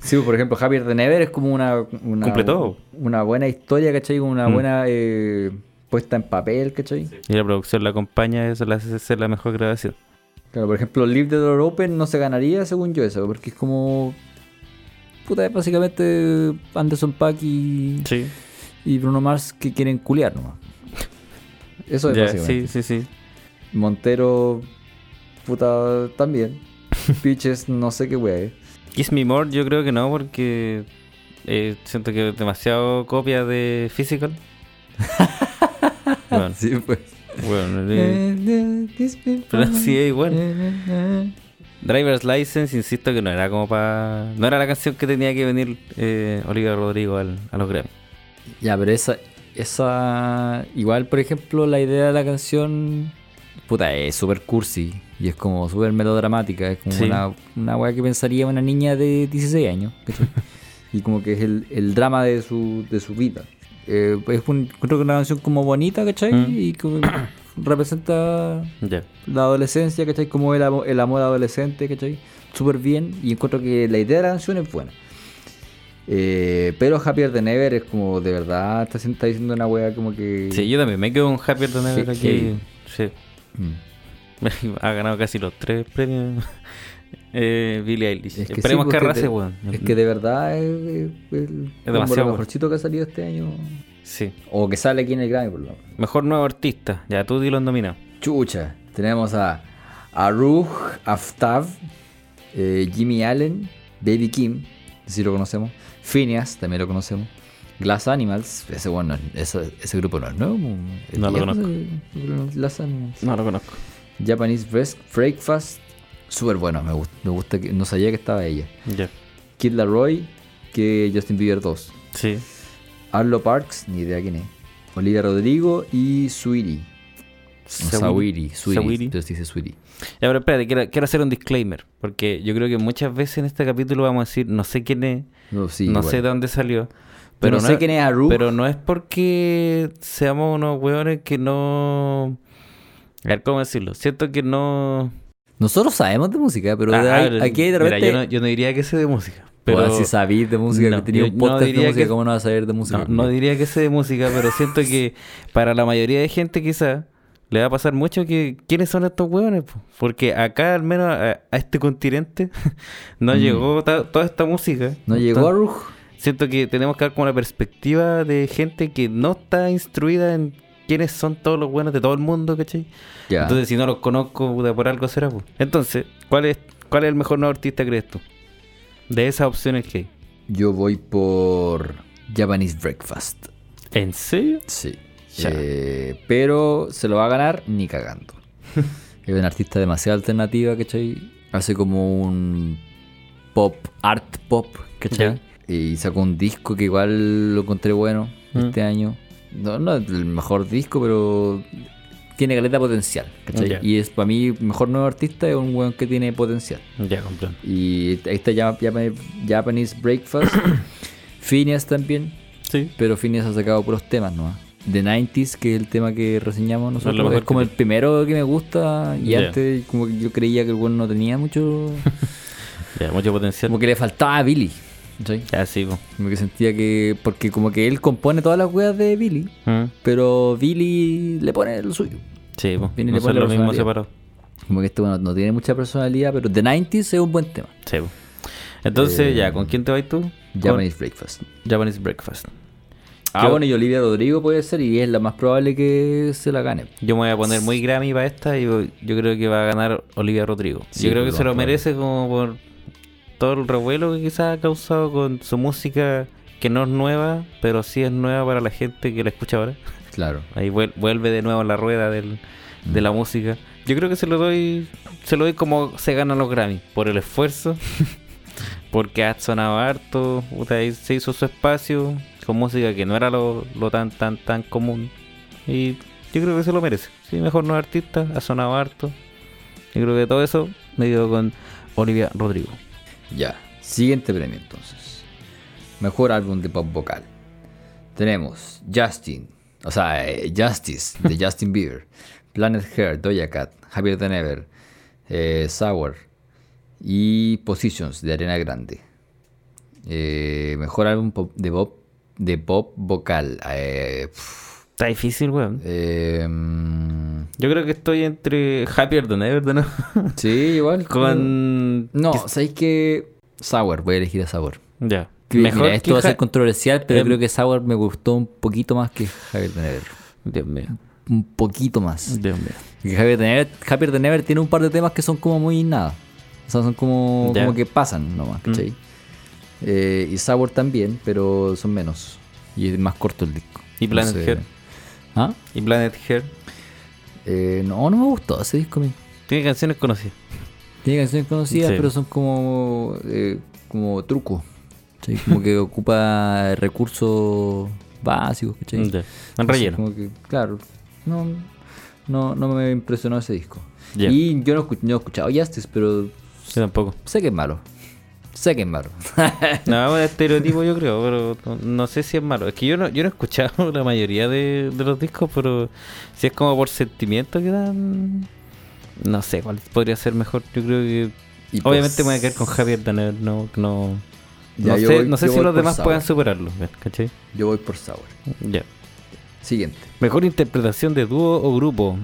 S1: Sí, pues, por ejemplo, Javier de Never es como una. una
S2: Cumple todo.
S1: Una buena historia, ¿cachai? Como una
S2: Mm.
S1: buena eh, puesta en papel, ¿cachai?
S2: y la producción la acompaña, eso la hace ser la mejor grabación.
S1: Claro, por ejemplo, Live the Door Open no se ganaría, según yo, eso, porque es como. Puta, es básicamente Anderson Pack y,
S2: Sí.
S1: y Bruno Mars que quieren culiar nomás. Eso es
S2: Ya,
S1: básicamente.
S2: sí, sí, sí.
S1: Montero, puta, [LAUGHS] también. Pitches, no sé qué wea es.
S2: Kiss Me More, yo creo que no, porque eh, siento que es demasiado copia de
S1: [LAUGHS]
S2: Physical. bueno,
S1: Sí, pues.
S2: bueno, eh, Pero sí es igual.
S1: Eh,
S2: Driver's License, insisto que no era como para. No era la canción que tenía que venir eh, Olivia Rodrigo al- a los Grammy.
S1: Ya, pero esa, esa. Igual, por ejemplo, la idea de la canción. Puta, es súper cursi. Y es como súper melodramática. Es como
S2: Sí.
S1: una, una wea que pensaría una niña de 16 años. [LAUGHS] ¿cachai? y como que es el, el drama de su, de su vida. Eh, es un, creo que una canción como bonita, ¿cachai?
S2: Mm.
S1: Y como representa
S2: Ya.
S1: la adolescencia, ¿cachai? Como el, amo- el amor adolescente, ¿cachai? Súper bien. Y encuentro que la idea de la canción es buena. Eh, pero Happier Than Ever es como, de verdad, está, haciendo- está diciendo una wea como que...
S2: Sí, yo también me quedo con Happier Than Ever
S1: Sí,
S2: aquí. Sí.
S1: Mm.
S2: [LAUGHS] Ha ganado casi los tres premios. [LAUGHS] Eh, Billie Eilish.
S1: Es que sí,
S2: Esperemos que
S1: porque
S2: arrase,
S1: de-
S2: weón.
S1: Es que de verdad es, es- es el- como
S2: demasiado
S1: lo
S2: bueno.
S1: mejorcito que ha salido este año.
S2: Sí.
S1: O que sale aquí en el Grammy, por lo menos.
S2: Mejor nuevo artista. Ya tú di los nominados.
S1: Chucha, tenemos a Aruj Aftab, eh, Jimmy Allen, Baby Kim, si lo conocemos, Phineas, también lo conocemos, Glass Animals, ese, bueno, no es- ese, ese grupo no es nuevo, es
S2: No lo
S1: viejo,
S2: conozco.
S1: ese- Glass Animals,
S2: No lo conozco.
S1: Japanese Breast- Breakfast, súper bueno, me gusta, me gusta que no sabía que estaba ella,
S2: Ya.
S1: Kid Laroi, que Justin Bieber 2,
S2: Sí.
S1: Arlo Parks, ni idea quién es, Olivia Rodrigo y Sweetie. No, Sawiri, Sweetie,
S2: Sawiri.
S1: entonces dice Sweetie.
S2: Ya, pero espérate, quiero, quiero hacer un disclaimer. Porque yo creo que muchas veces en este capítulo vamos a decir, no sé quién es,
S1: No, sí,
S2: no
S1: igual.
S2: sé de dónde salió.
S1: Pero no sé quién es Aruj.
S2: Pero no es porque seamos unos hueones que no. A ver, ¿cómo decirlo? Siento que no.
S1: Nosotros sabemos de música, ¿eh? pero
S2: Ah,
S1: de-
S2: ah,
S1: aquí de
S2: mira,
S1: repente...
S2: yo, no, yo no diría que sé de música. Pero
S1: Bueno, si sabís de música,
S2: No,
S1: que tenía un
S2: yo no
S1: podcast de
S2: diría
S1: música,
S2: que-
S1: ¿cómo no vas a saber de música?
S2: no, no diría que sé de música, pero siento que
S1: [LAUGHS]
S2: para la mayoría de gente quizá le va a pasar mucho que quiénes son estos hueones. po? Porque acá al menos a, a este continente [LAUGHS] no llegó ta- toda esta música.
S1: Mm. ¿No llegó a
S2: Entonces, Siento que tenemos que dar como la perspectiva de gente que no está instruida en quiénes son todos los buenos de todo el mundo, ¿cachai?
S1: Ya.
S2: Entonces, si no los conozco, puta, por algo será. pues. Entonces, ¿cuál es, ¿cuál es el mejor nuevo artista, crees tú? De esas opciones que hay.
S1: Yo voy por Japanese Breakfast.
S2: ¿En serio?
S1: Sí.
S2: Ya.
S1: Eh, pero se lo va a ganar ni
S2: [LAUGHS]
S1: cagando. es un artista demasiado alternativa, ¿cachai? Hace como un pop, art pop, ¿cachai? Y sacó un disco que igual lo encontré bueno
S2: Mm.
S1: este año. No, no es el mejor disco, pero tiene caleta de potencial, ¿cachai?
S2: Ya.
S1: Y es para mí, mejor nuevo artista es un weón que tiene potencial.
S2: Ya, comprendo.
S1: Y ahí está Jap- Jap-
S2: [COUGHS]
S1: Japanese Breakfast. Phineas también.
S2: Sí.
S1: Pero Phineas ha sacado puros temas nomás. The 90s, que es el tema que reseñamos nosotros,
S2: lo mejor
S1: es como
S2: que
S1: el primero que me gusta. Y
S2: Ya.
S1: antes, como que yo creía que el weón no tenía [LAUGHS] mucho.
S2: Ya, mucho potencial.
S1: como que le faltaba a Billy. ¿cachai?
S2: Ya, sí, po.
S1: Como que sentía que. Porque como que él compone todas las weas de Billy,
S2: Mm.
S1: pero Billy le pone lo suyo.
S2: Sí, po.
S1: Viene y
S2: no
S1: le pone
S2: son
S1: la
S2: lo mismo
S1: personalidad.
S2: separados.
S1: Como que este bueno no tiene mucha personalidad, pero The 90s es un buen tema.
S2: Sí, po. Entonces,
S1: Eh,
S2: ya, ¿con quién te vas tú? Con
S1: Japanese Breakfast.
S2: Japanese Breakfast.
S1: Ah,
S2: Yo-
S1: bueno, y Olivia Rodrigo puede ser, y es la más probable que se la gane.
S2: Yo me voy a poner muy Grammy para esta y yo yo creo que va a ganar Olivia Rodrigo.
S1: Sí,
S2: yo creo
S1: por
S2: que
S1: lo
S2: se lo
S1: más probable.
S2: merece como por todo el revuelo que quizás ha causado con su música que no es nueva, pero sí es nueva para la gente que la escucha ahora.
S1: Claro.
S2: Ahí vuel- vuelve de nuevo a la rueda del- de la música. Yo creo que se lo doy se lo doy como se ganan los Grammy, por
S1: [LAUGHS]
S2: el esfuerzo, porque ha sonado harto, puta, ahí se hizo su espacio con música que no era lo, lo tan tan tan común. Y yo creo que se lo merece. Sí, mejor no artista, ha sonado harto. Yo creo que todo eso me quedo con Olivia Rodrigo.
S1: Ya. Siguiente premio entonces. Mejor álbum de pop vocal. Tenemos Justin, o sea, eh, Justice de Justin Bieber, Planet Hair, Doja Cat, Happier Than Ever, eh, Sour y Positions de Arena Grande. Eh, mejor álbum pop- de pop de pop vocal. Eh, pf,
S2: Está difícil, weón.
S1: eh, mm,
S2: Yo creo que estoy entre Happier Than Ever, ¿no?
S1: sí, igual.
S2: [LAUGHS] con...
S1: No, ¿sabéis que Sour? Voy a elegir a Sour.
S2: Ya.
S1: Que, mira, esto
S2: que
S1: va a ser
S2: Ha-
S1: controversial, pero
S2: em,
S1: creo que Sauer me gustó un poquito más que Javier de Never.
S2: Dios mío.
S1: Un poquito más.
S2: Dios mío.
S1: Que Javier de Never, Javier de Never tiene un par de temas que son como muy nada. O sea, son como,
S2: Ya. Mm.
S1: como que pasan nomás, ¿cachai? Eh, y Sour también, pero son menos. Y es más corto el disco.
S2: Y Planet Head.
S1: ¿Ah?
S2: Y Planet Hair
S1: Eh, no, no me gustó ese disco a mí.
S2: tiene canciones conocidas.
S1: Tiene canciones conocidas,
S2: Sí.
S1: pero son como, eh, como truco. ¿cachai? Como
S2: [LAUGHS]
S1: que ocupa recursos básicos, ¿cachai?
S2: Ya. En relleno.
S1: Como que, claro, no, no, no me impresionó ese disco.
S2: Ya.
S1: Y yo no, escu- no he escuchado Justice, pero
S2: Yo tampoco.
S1: sé que es malo. Sé que es malo. [LAUGHS]
S2: No, es un estereotipo yo creo, pero no, no sé si es malo. Es que yo no, yo no he escuchado [LAUGHS] la mayoría de, de los discos, pero si es como por sentimiento que dan... No sé cuál podría ser mejor. Yo creo que...
S1: Y
S2: Obviamente
S1: pues-
S2: me voy a quedar con Javier Daner. No, no,
S1: Ya,
S2: no
S1: yo
S2: sé,
S1: voy-
S2: no sé
S1: yo
S2: si
S1: voy
S2: los
S1: por
S2: demás
S1: Sour.
S2: puedan superarlo. ¿ves? ¿Cachai?
S1: Yo voy por Sour.
S2: Ya.
S1: Siguiente.
S2: Mejor interpretación de dúo o grupo.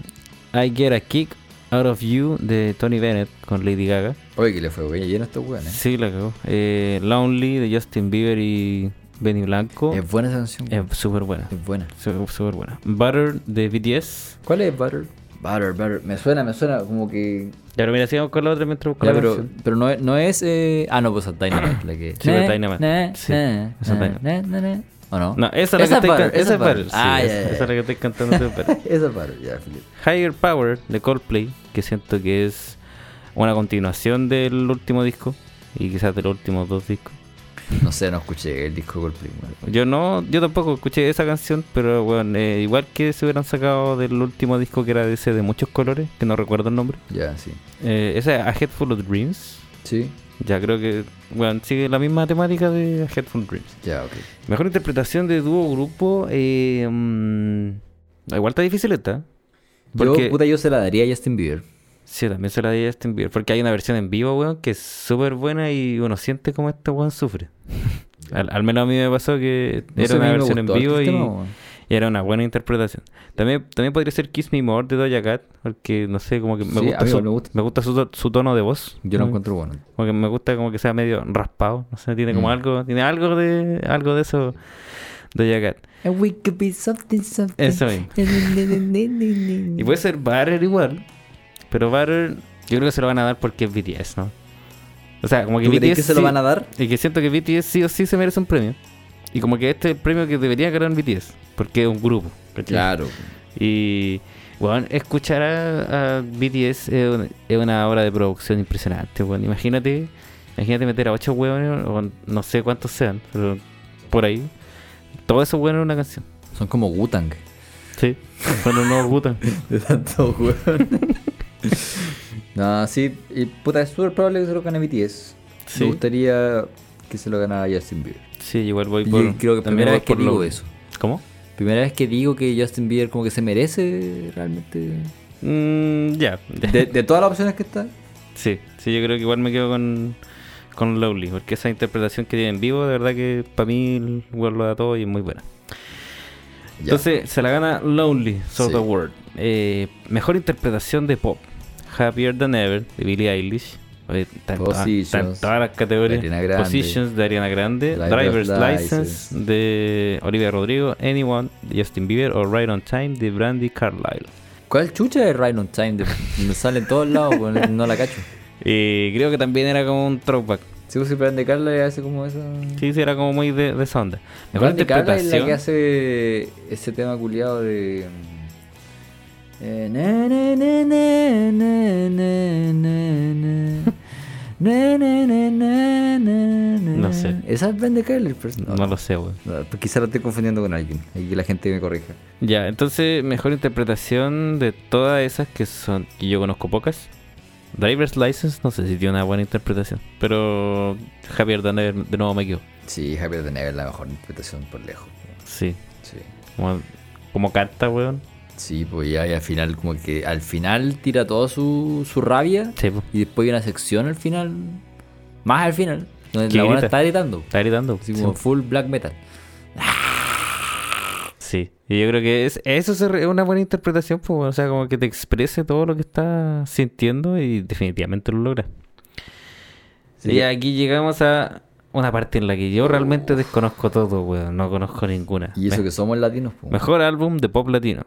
S2: I Get a Kick Out of You de Tony Bennett con Lady Gaga.
S1: Oye, que le fue bien lleno a estos weones.
S2: Sí, la cagó. Eh, Lonely de Justin Bieber y Benny Blanco.
S1: ¿eh? Es buena esa canción.
S2: Es súper buena.
S1: Es buena.
S2: Sú- Súper buena. Butter de BTS.
S1: ¿Cuál es Butter? Butter, Butter. Me suena, me suena como que.
S2: Ya, pero mira, sigamos con la otra mientras busco
S1: Ya,
S2: la
S1: pero,
S2: canción.
S1: pero no, es- no es. eh, Ah, no, pues es Dynamite. La que...
S2: Sí, pues, Dynamite.
S1: Na,
S2: Sí,
S1: na,
S2: esa es
S1: na,
S2: Dynamite.
S1: na, na, na. ¿O no?
S2: No, esa es la que estoy
S1: Butter,
S2: cantando. Esa es Butter. Sí,
S1: Ah,
S2: esa
S1: ya, ya,
S2: esa es
S1: ya.
S2: la que estoy cantando. esa es Butter.
S1: [LAUGHS] Esa es Butter, ya, Felipe.
S2: Higher Power de Coldplay, que siento que es una continuación del último disco y quizás de los últimos dos discos.
S1: No sé, no escuché el disco Coldplay. weón.
S2: Yo no, yo tampoco escuché esa canción, pero bueno, eh, igual que se hubieran sacado del último disco que era de ese de muchos colores, que no recuerdo el nombre.
S1: Ya, sí.
S2: Eh, esa es A Head Full of Dreams.
S1: Sí.
S2: Ya creo que, bueno, sigue la misma temática de A Head Full of Dreams.
S1: Ya, ok.
S2: Mejor interpretación de dúo o grupo. eh, mm, igual está difícil esta.
S1: Yo, puta, yo se la daría a Justin Bieber.
S2: Sí, también se la di a Justin Bieber. Porque hay una versión en vivo, weón, que es súper buena y uno siente como este
S1: [LAUGHS]
S2: weón sufre. Al, al menos a mí me pasó que
S1: No sé,
S2: era
S1: a mí
S2: una
S1: me
S2: versión en
S1: gustó el
S2: vivo y,
S1: sistema, weón.
S2: y era una buena interpretación. También, también podría ser Kiss Me More de Doja Cat, porque no sé, como que me
S1: Sí, a
S2: gusta,
S1: mí
S2: su,
S1: igual me gusta.
S2: me gusta su, su tono de voz.
S1: Yo lo
S2: Como-
S1: encuentro bueno.
S2: Como que me gusta como que sea medio raspado. No sé, tiene como
S1: Mm.
S2: algo, tiene algo de algo de eso Doja Cat.
S3: And we could be something, something.
S2: Eso
S3: [LAUGHS]
S2: mismo. Y puede ser Butter igual. Pero Butter, yo creo que se lo van a dar porque es BTS, ¿no? O sea, como que
S1: ¿Tú crees
S2: BTS.
S1: que se lo
S2: sí-
S1: van a dar?
S2: Y que siento que BTS sí o sí se merece un premio. Y como que este es el premio que debería ganar BTS. Porque es un grupo. ¿cachai? Y. Bueno, escuchar a, a BTS es una, es una obra de producción impresionante, weón. Imagínate, imagínate meter a ocho hueones, o no sé cuántos sean, pero por ahí. Todo eso bueno en una canción.
S1: Son como
S2: [LAUGHS]
S1: Wu-Tang.
S2: Sí. Cuando no gustan.
S1: De tanto, weón. [LAUGHS] no, sí. Y, puta, es súper probable que se lo gane BTS.
S2: Sí.
S1: Me gustaría que se lo ganara Justin Bieber.
S2: Sí, igual voy
S1: Y
S2: por.
S1: creo que
S2: también
S1: primera
S2: voy
S1: vez que
S2: por lo-
S1: digo eso.
S2: ¿Cómo?
S1: Primera vez que digo que Justin Bieber como que se merece realmente.
S2: Mm, ya.
S1: De, de todas las opciones que está.
S2: Sí, sí, yo creo que igual me quedo con, con Lowly, porque esa interpretación que tiene en vivo, de verdad que para mí el weón lo da todo y es muy buena. Entonces se la gana Lonely Sort
S1: Sí.
S2: of World. Eh, mejor interpretación de pop. Happier Than Ever de Billie Eilish. Oye, está en todas- está en
S1: Positions,
S2: todas las categorías.
S1: de Ariana Grande.
S2: Positions de Ariana Grande.
S1: Driver's
S2: Driver's, License,
S1: License.
S2: de Olivia Rodrigo. Anyone de Justin Bieber. O Right on Time de Brandy Carlisle.
S1: ¿Cuál chucha es Ryan on Time? De- me sale en todos lados, weón, [LAUGHS] no la cacho.
S2: Eh, creo que también era como un throwback.
S1: Sí, pues, sí, pero de Carla hace como esa.
S2: Sí, sí, era como muy de, de esa onda. Mejor
S1: Brandy Carla es la
S2: interpretación.
S1: que hace ese tema culiado de. Eh, na, na, na, na, na, na, na, na. Na, na, na, na, na, na.
S2: No sé.
S1: Esa es Brandy Carla, el personaje.
S2: No lo sé, weón.
S1: No, pues quizá lo estoy confundiendo con alguien. Y que la gente me corrija.
S2: Ya, entonces, mejor interpretación de todas esas que son. que yo conozco pocas. Driver's License, no sé si tiene una buena interpretación. Pero Javier Daner de nuevo me equivoco.
S1: Sí, Javier de Neve es la mejor interpretación por lejos.
S2: Sí.
S1: Sí.
S2: Como, como carta, weón.
S1: Sí, pues ya y al final, como que al final tira toda su, su rabia.
S2: Sí, po.
S1: Y después hay una sección al final. Más al final. Donde
S2: Que
S1: la buena
S2: grita.
S1: está gritando.
S2: Está gritando.
S1: Así
S2: Sí.
S1: como full black metal.
S2: sí. Y yo creo que es, eso se re- es una buena interpretación, pues, weón. o sea, como que te exprese todo lo que estás sintiendo y definitivamente lo logra.
S1: Sí.
S2: Y aquí llegamos a una parte en la que yo realmente desconozco todo, weón. No conozco ninguna.
S1: Y eso
S2: Me-
S1: que somos latinos, pues.
S2: Mejor álbum de pop latino.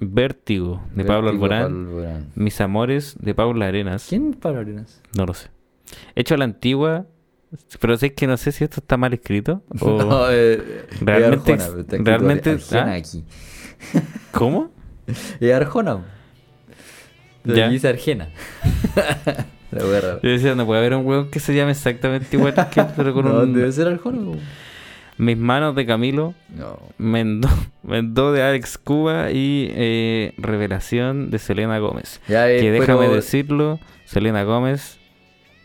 S2: Vértigo, de Pablo
S1: Vértigo,
S2: Alborán.
S1: Pablo Alborán.
S2: Mis amores, de Paula Arenas.
S1: ¿Quién es Pablo Arenas?
S2: No lo sé. Hecho a la antigua, pero sé que no sé si esto está mal escrito.
S1: [LAUGHS] [LAUGHS]
S2: O...
S1: No, eh, es
S2: Oh. Realmente
S1: Arjona, pero
S2: ex-
S1: está escrito
S2: realmente-
S1: Arjona
S2: ¿ah?
S1: aquí.
S2: ¿Cómo?
S1: Es Arjona. Pero
S2: Ya.
S1: aquí dice Arjena. [LAUGHS] la wea rara.
S2: Yo decía, no puede haber un huevo que se llame exactamente igual que él, pero
S1: [LAUGHS]
S2: con
S1: No,
S2: un-
S1: debe ser Arjona. po.
S2: Mis manos de Camilo,
S1: No.
S2: Mendo, [LAUGHS] Mendo de Alex Cuba y eh, Revelación de Selena Gómez.
S1: Ya, eh,
S2: que
S1: pero-
S2: déjame decirlo, Selena Gómez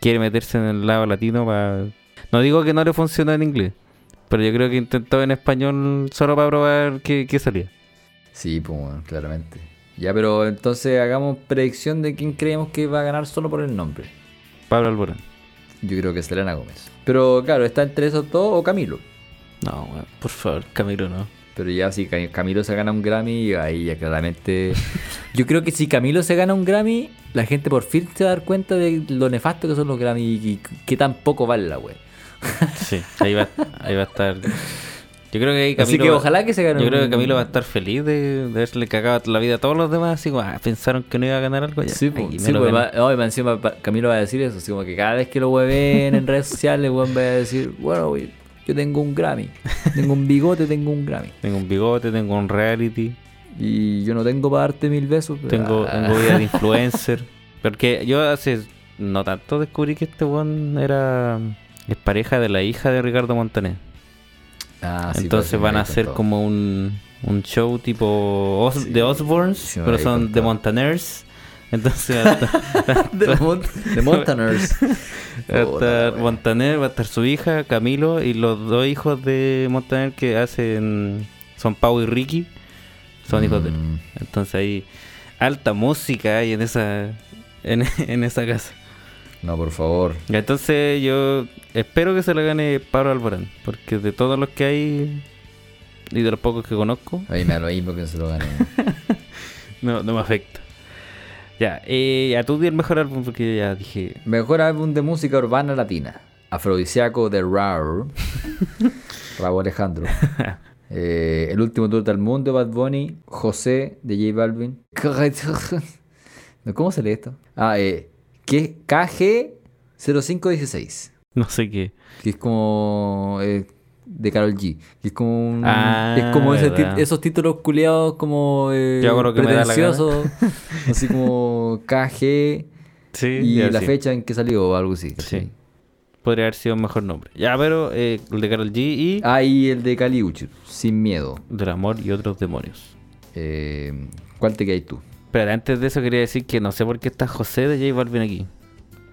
S2: quiere meterse en el lado latino para... No digo que no le funcionó en inglés, pero yo creo que intentó en español solo para probar qué, qué salía.
S1: Sí, pues, bueno, claramente. Ya, pero entonces hagamos predicción de quién creemos que va a ganar solo por el nombre.
S2: Pablo Alborán.
S1: Yo creo que es Selena Gómez. Pero claro, está entre esos dos o Camilo.
S2: No, weón, por favor, Camilo no.
S1: Pero ya si Cam- Camilo se gana un Grammy, ahí ya
S2: [LAUGHS]
S1: claramente... Yo creo que si Camilo se gana un Grammy, la gente por fin se va a dar cuenta de lo nefasto que son los Grammy y que- que tan poco vale la web.
S2: [LAUGHS] Sí, ahí va, ahí va a estar... Yo creo que ahí
S1: Así
S2: Camilo
S1: que
S2: va-
S1: ojalá que se gane
S2: Yo creo que
S1: un-
S2: Camilo va a estar feliz de, de haberle cagado la vida a todos los demás. Así como, ah, pensaron que no iba a ganar algo ya.
S1: Sí,
S2: ahí
S1: po,
S2: me
S1: sí,
S2: lo
S1: pues,
S2: gané.
S1: va- no, y más encima pa- Camilo va a decir eso, así como que cada vez que lo hueven en redes sociales, weón, va a decir, bueno, güey, yo tengo un Grammy, tengo un bigote, tengo un Grammy.
S2: Tengo un bigote, tengo un reality.
S1: Y yo no tengo para darte mil besos. pero-
S2: Tengo,
S1: Ah,
S2: tengo
S1: [LAUGHS]
S2: vida de influencer. Porque yo hace no tanto descubrí que este weón era. Es pareja de la hija de Ricardo Montaner.
S1: ah, sí,
S2: Entonces
S1: pues,
S2: van a
S1: sí,
S2: hacer
S1: con todo.
S2: como un, un show tipo Os- de Osborns,
S1: sí me
S2: pero
S1: habéis
S2: son de
S1: contado.
S2: Montaners. Entonces va a
S1: [LAUGHS]
S2: estar, [LAUGHS]
S1: De, Mont de Montaners.
S2: va a
S1: Puta,
S2: estar
S1: weón.
S2: Montaner, va a estar su hija, Camilo, y los dos hijos de Montaner que hacen. Son Pau y Ricky. Son hijos de él.
S1: Mm.
S2: Entonces hay alta música hay en esa en, [LAUGHS] en esa casa.
S1: No, por favor.
S2: Y Entonces yo espero que se la gane Pablo Alborán, porque de todos los que hay y de los pocos que conozco,
S1: Ahí me da lo mismo que se lo gane.
S2: no, no me afecta. Ya, eh, a tú di el mejor álbum porque ya dije,
S1: Mejor álbum de música urbana latina. Afrodisiaco de Rao.
S2: [LAUGHS]
S1: Rabo Alejandro. Eh, el último tour del mundo, Bad Bunny. José de J Balvin. ¿Cómo se lee esto? Ah, eh, que- KG0516.
S2: no sé qué.
S1: Que es como. eh, de Carol G. Que es como un-
S2: Ah,
S1: es como ese
S2: verdad.
S1: tit- esos títulos culeados como. Eh,
S2: Yo hago lo que me da la gana.
S1: pretenciosos, así como KG.
S2: Sí,
S1: Y
S2: ya,
S1: la
S2: sí.
S1: fecha en que salió o algo así. ¿cachai?
S2: Sí. Podría haber sido un mejor nombre. Ya, pero eh, el de Carol G y
S1: Ah, y el de Caliucho, sin miedo.
S2: Del amor y otros demonios.
S1: Eh, ¿Cuál te quedas tú?
S2: Pero antes de eso quería decir que no sé por qué está José de J Balvin aquí.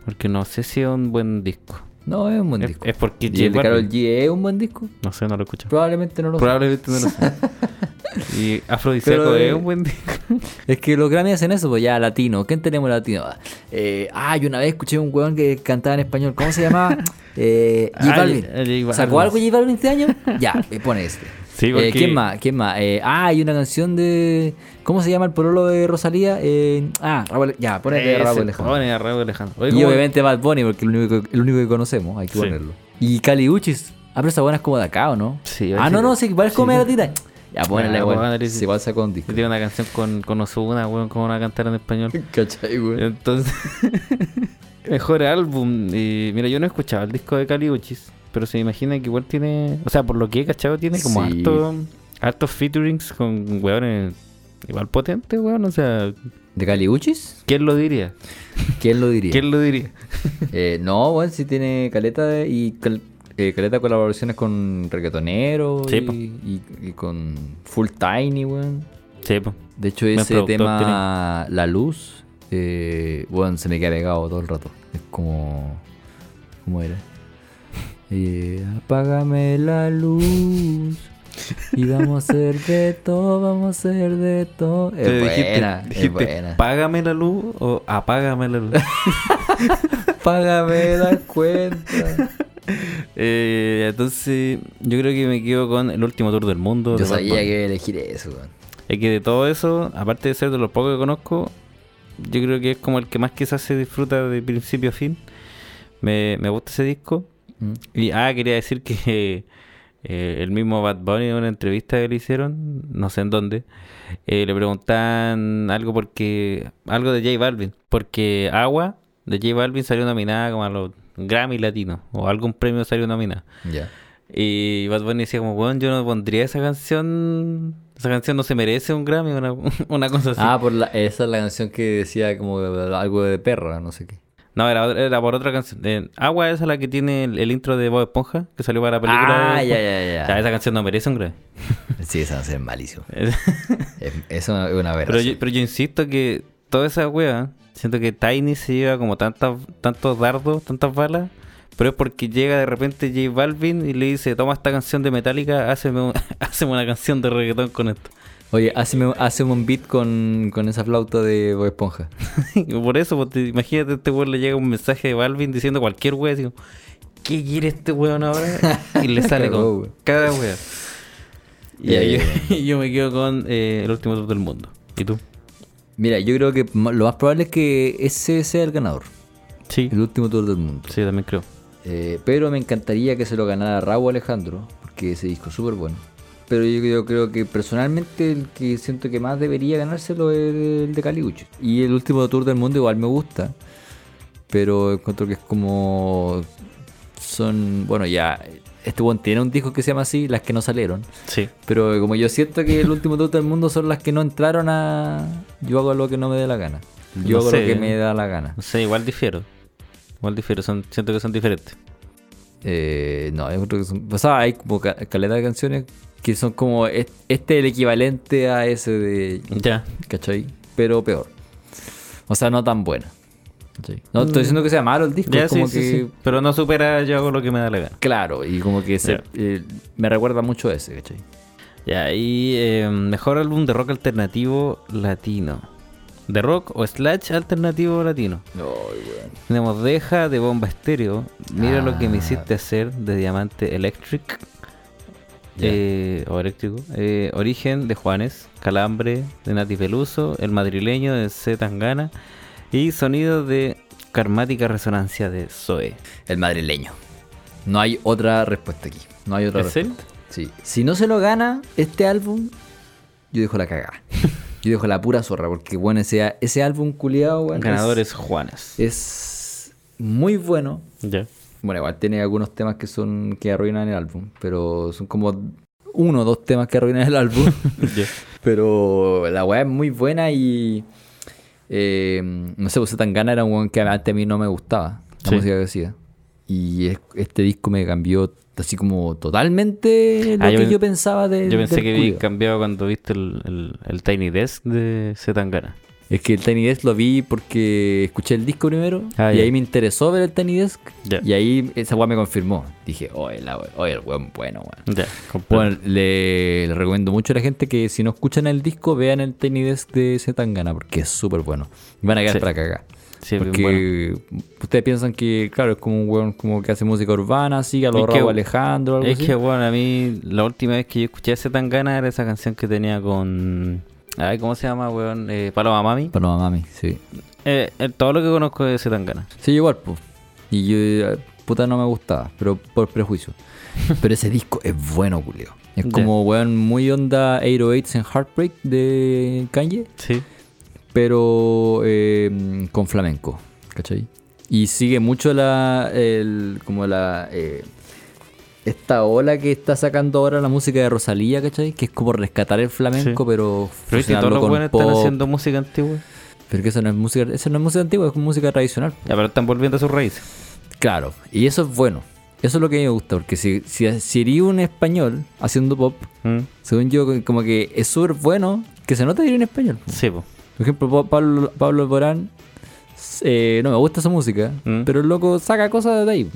S2: Porque no sé si es un buen disco.
S1: No, es un buen
S2: Es,
S1: disco.
S2: es porque
S1: ¿Y
S2: J
S1: el de Karol
S2: Balvin.
S1: G es un buen disco?
S2: No sé, no lo escucho.
S1: Probablemente no lo sea.
S2: Probablemente no lo sé. y Afrodisíaco
S1: Pero, eh,
S2: es un buen disco.
S1: Es que los Grammy hacen eso, pues ya latino. ¿Quién tenemos latino? Ah, Eh, ah, yo una vez escuché un weón que cantaba en español. ¿Cómo se
S2: [LAUGHS]
S1: llamaba? Eh, J
S2: Ah,
S1: Balvin.
S2: J- J
S1: ¿Sacó
S2: Balvin.
S1: algo J Balvin este año? [LAUGHS] Ya, me pone este.
S2: Sí,
S1: Eh,
S2: porque-
S1: ¿Quién más? ¿Quién más? Eh, ah, hay una canción de. ¿Cómo se llama el pololo de Rosalía? Eh, ah, Raúl- ya, ponete
S2: Ese,
S1: Raúl Alejandro.
S2: pone a Raúl Alejandro. Oye,
S1: Y
S2: ¿cómo-
S1: obviamente Bad Bunny, porque el único, el único que conocemos, hay que
S2: Sí.
S1: ponerlo. Y Cali Uchis. Ah, pero esa buena es como de acá, ¿o no?
S2: Sí,
S1: ah,
S2: sí.
S1: no, no, sí, igual es como
S2: Sí.
S1: latina. Ya, ponele,
S2: Ah,
S1: igual.
S2: ponele,
S1: Sí,
S2: sí.
S1: Igual sacó un disco.
S2: Tiene una canción con, con Ozuna, weón, como una cantar en español.
S1: [LAUGHS] ¿Cachai, güey?
S2: [LAUGHS] Entonces, [LAUGHS] mejor álbum. Y, mira, yo no he escuchado el disco de Cali Uchis, pero se imagina que igual tiene. O sea, por lo que he cachado, tiene como
S1: Sí.
S2: harto, hartos featurings con weones igual potentes, weón. O sea,
S1: ¿De Cali Uchis?
S2: ¿quién lo diría?
S1: ¿Quién lo diría?
S2: ¿Quién lo diría?
S1: Eh, no, bueno, sí tiene caleta de- y cal- eh, caleta de colaboraciones con reggaetoneros
S2: Sí,
S1: y,
S2: po.
S1: y- y con Full Tiny, weón.
S2: Sí, po.
S1: De hecho,
S2: Buen
S1: ese
S2: productor
S1: tema, La Luz, eh, weón, se me queda pegado todo el rato. Es como. ¿Cómo era? [LAUGHS] Eh, apágame la luz. Y vamos a hacer de todo, vamos a hacer de todo. Es
S2: Te
S1: buena,
S2: dijiste,
S1: es buena.
S2: págame la luz o apágame la luz.
S1: Págame la cuenta.
S2: Eh, entonces, yo creo que me quedo con el último tour del mundo.
S1: Yo
S2: de Bad
S1: sabía
S2: Bunny.
S1: que iba a elegir eso, weón.
S2: Es que de todo eso, aparte de ser de los pocos que conozco, yo creo que es como el que más quizás se disfruta de principio a fin. Me, me gusta ese disco.
S1: Mm.
S2: Y ah, quería decir que [LAUGHS] eh, el mismo Bad Bunny en una entrevista que le hicieron, no sé en dónde, eh, le preguntaban algo porque algo de J Balvin, porque Agua de J Balvin salió nominada como a los Grammy Latinos o algún premio salió nominada.
S1: Ya.
S2: Y Bad Bunny decía como, weón, yo no pondría esa canción. Esa canción no se merece un Grammy, una, [LAUGHS] una cosa así.
S1: Ah, por la, esa es la canción que decía como algo de perra, no sé qué.
S2: No, era, otra- era por otra canción. Eh, Agua esa es la que tiene el, el intro de Bob Esponja, que salió para la película.
S1: Ah,
S2: de-
S1: ya, ya,
S2: O
S1: ya.
S2: sea, esa canción no merece un Grammy. [LAUGHS]
S1: Sí, esa va a ser malísimo.
S2: Es-
S1: Es, es una, una
S2: pero,
S1: aberración.
S2: yo, pero yo insisto que toda esa wea, siento que Tiny se lleva como tantas, tantos dardos, tantas balas. Pero es porque llega de repente J Balvin y le dice, toma esta canción de Metallica, hazme un- [LAUGHS] hazme una canción de reggaetón con esto.
S1: Oye, hazme, hazme un beat con, con esa flauta de Bob Esponja.
S2: [LAUGHS] Por eso, pues, te- imagínate, a este weón le llega un mensaje de Balvin diciendo cualquier weón, digo, ¿qué quiere este weón ahora? Y [LAUGHS] le sale
S1: Cagó,
S2: con
S1: weón.
S2: cada weón. [LAUGHS] Y
S1: Ya,
S2: ahí
S1: ya,
S2: yo, [LAUGHS] yo me quedo con eh, el último top del mundo. ¿Y tú?
S1: Mira, yo creo que ma- lo más probable es que ese sea el ganador.
S2: Sí.
S1: El último tour del mundo.
S2: Sí, también creo.
S1: Eh, pero me encantaría que se lo ganara Raúl Alejandro, porque ese disco es súper bueno. Pero yo, creo- creo que personalmente el que siento que más debería ganárselo es el de Caliucho. Y el último tour del mundo igual me gusta, pero encuentro que es como. Son. Bueno, ya. Este one tiene un disco que se llama así, Las que no salieron.
S2: Sí.
S1: Pero como yo siento que el último tour del mundo son las que no entraron a. Yo hago lo que no me dé la gana. Yo
S2: No
S1: hago
S2: sé. eh.
S1: lo que me da la gana.
S2: No sé, igual difiero. Igual difiero, son, siento que son diferentes.
S1: Eh, no, yo creo que son. O sea, hay como ca- caleta de canciones que son como. es- Este es el equivalente a ese de.
S2: Ya.
S1: ¿Cachai? Pero peor. O sea, no tan buena. ¿cachai? No estoy diciendo que sea malo el disco,
S2: Mm. Ya,
S1: es
S2: sí,
S1: como
S2: sí,
S1: que.
S2: sí. Pero no supera, yo hago lo que me da la gana.
S1: Claro, y como que se,
S2: Ya.
S1: eh, me recuerda mucho a ese, ¿cachai?
S2: Ya, y eh, mejor álbum de rock alternativo latino. ¿De rock o slash alternativo latino? Tenemos Deja de Bomba Estéreo. Mira lo que me
S1: Ah.
S2: hiciste hacer de Diamante Electric.
S1: Ya.
S2: eh, o eléctrico. eh, Origen de Juanes. Calambre de Nati Peluso. El madrileño de C. Tangana. Y sonido de Karmática Resonancia de Zoe.
S1: El madrileño. No hay otra respuesta aquí. No hay otra
S2: ¿Es él?
S1: respuesta. Sí. Si no se lo gana este álbum, yo dejo la
S2: [LAUGHS]
S1: cagada. Yo dejo la pura zorra, porque bueno, ese, ese álbum culiado, bueno, es-
S2: Ganadores Juanes.
S1: es muy bueno.
S2: Ya.
S1: Bueno, igual tiene algunos temas que son que arruinan el álbum, pero son como uno o dos temas que arruinan el álbum.
S2: [LAUGHS]
S1: [LAUGHS]
S2: Ya.
S1: pero la weá es muy buena y eh, no sé, tan gana era un weón que antes a mí no me gustaba la
S2: Sí.
S1: música que hacía. Y es- este disco me cambió así como totalmente lo
S2: Ah,
S1: que
S2: yo
S1: yo,
S2: pen-
S1: pensaba de
S2: Yo pensé que había
S1: vi
S2: cambiado cuando viste el, el- el Tiny Desk de C. Tangana.
S1: Es que el Tiny Desk lo vi porque escuché el disco primero
S2: Ah,
S1: y
S2: ya.
S1: ahí me interesó ver el Tiny Desk
S2: Ya.
S1: y ahí esa weá me confirmó. Dije, oye, la we- oye, el weón bueno, weón.
S2: Ya, comprendo.
S1: Bueno, le, le recomiendo mucho a la gente que si no escuchan el disco, vean el Tiny Desk de Zetangana porque es súper bueno. Y Van a quedar
S2: Sí.
S1: para cagar.
S2: Sí, es bien bueno.
S1: porque ustedes piensan que, claro, es como un weón como que hace música urbana, así, a lo
S2: Es que-
S1: Raúl Alejandro, algo
S2: Es
S1: así.
S2: que, bueno, a mí la última vez que yo escuché ese tan gana era esa canción que tenía con. Ay, ¿cómo se llama, weón? Eh, Paloma Mami.
S1: Pero no, mami, sí.
S2: Eh, eh, todo lo que conozco de ese tan
S1: Sí, igual, pues. Y yo, eh, puta, no me gustaba, pero por
S2: [LAUGHS]
S1: prejuicio. pero ese disco es bueno, Julio. Es
S2: Ya.
S1: como, weón, muy onda 808s en Heartbreak de Kanye,
S2: Sí.
S1: pero eh, con flamenco, ¿cachai? Y sigue mucho la, el- como la, eh, esta ola que está sacando ahora la música de Rosalía, ¿cachai? Que es como rescatar el flamenco, pero
S2: Pero viste, todos
S1: fusionarlo
S2: los
S1: con
S2: buenos están
S1: pop.
S2: haciendo música antigua.
S1: Pero que eso no es música, eso no es música antigua, es música tradicional.
S2: Ya, pero están volviendo a sus raíces.
S1: Claro, y eso es bueno. Eso es lo que a mí me gusta, porque si, si, si iría un español haciendo pop,
S2: Mm,
S1: según yo, como que es súper bueno que se nota ir en español.
S2: Sí, po.
S1: Por ejemplo, Pa- Pablo, Pablo Borán, eh, no me gusta su música,
S2: Mm.
S1: pero el loco saca cosas de ahí.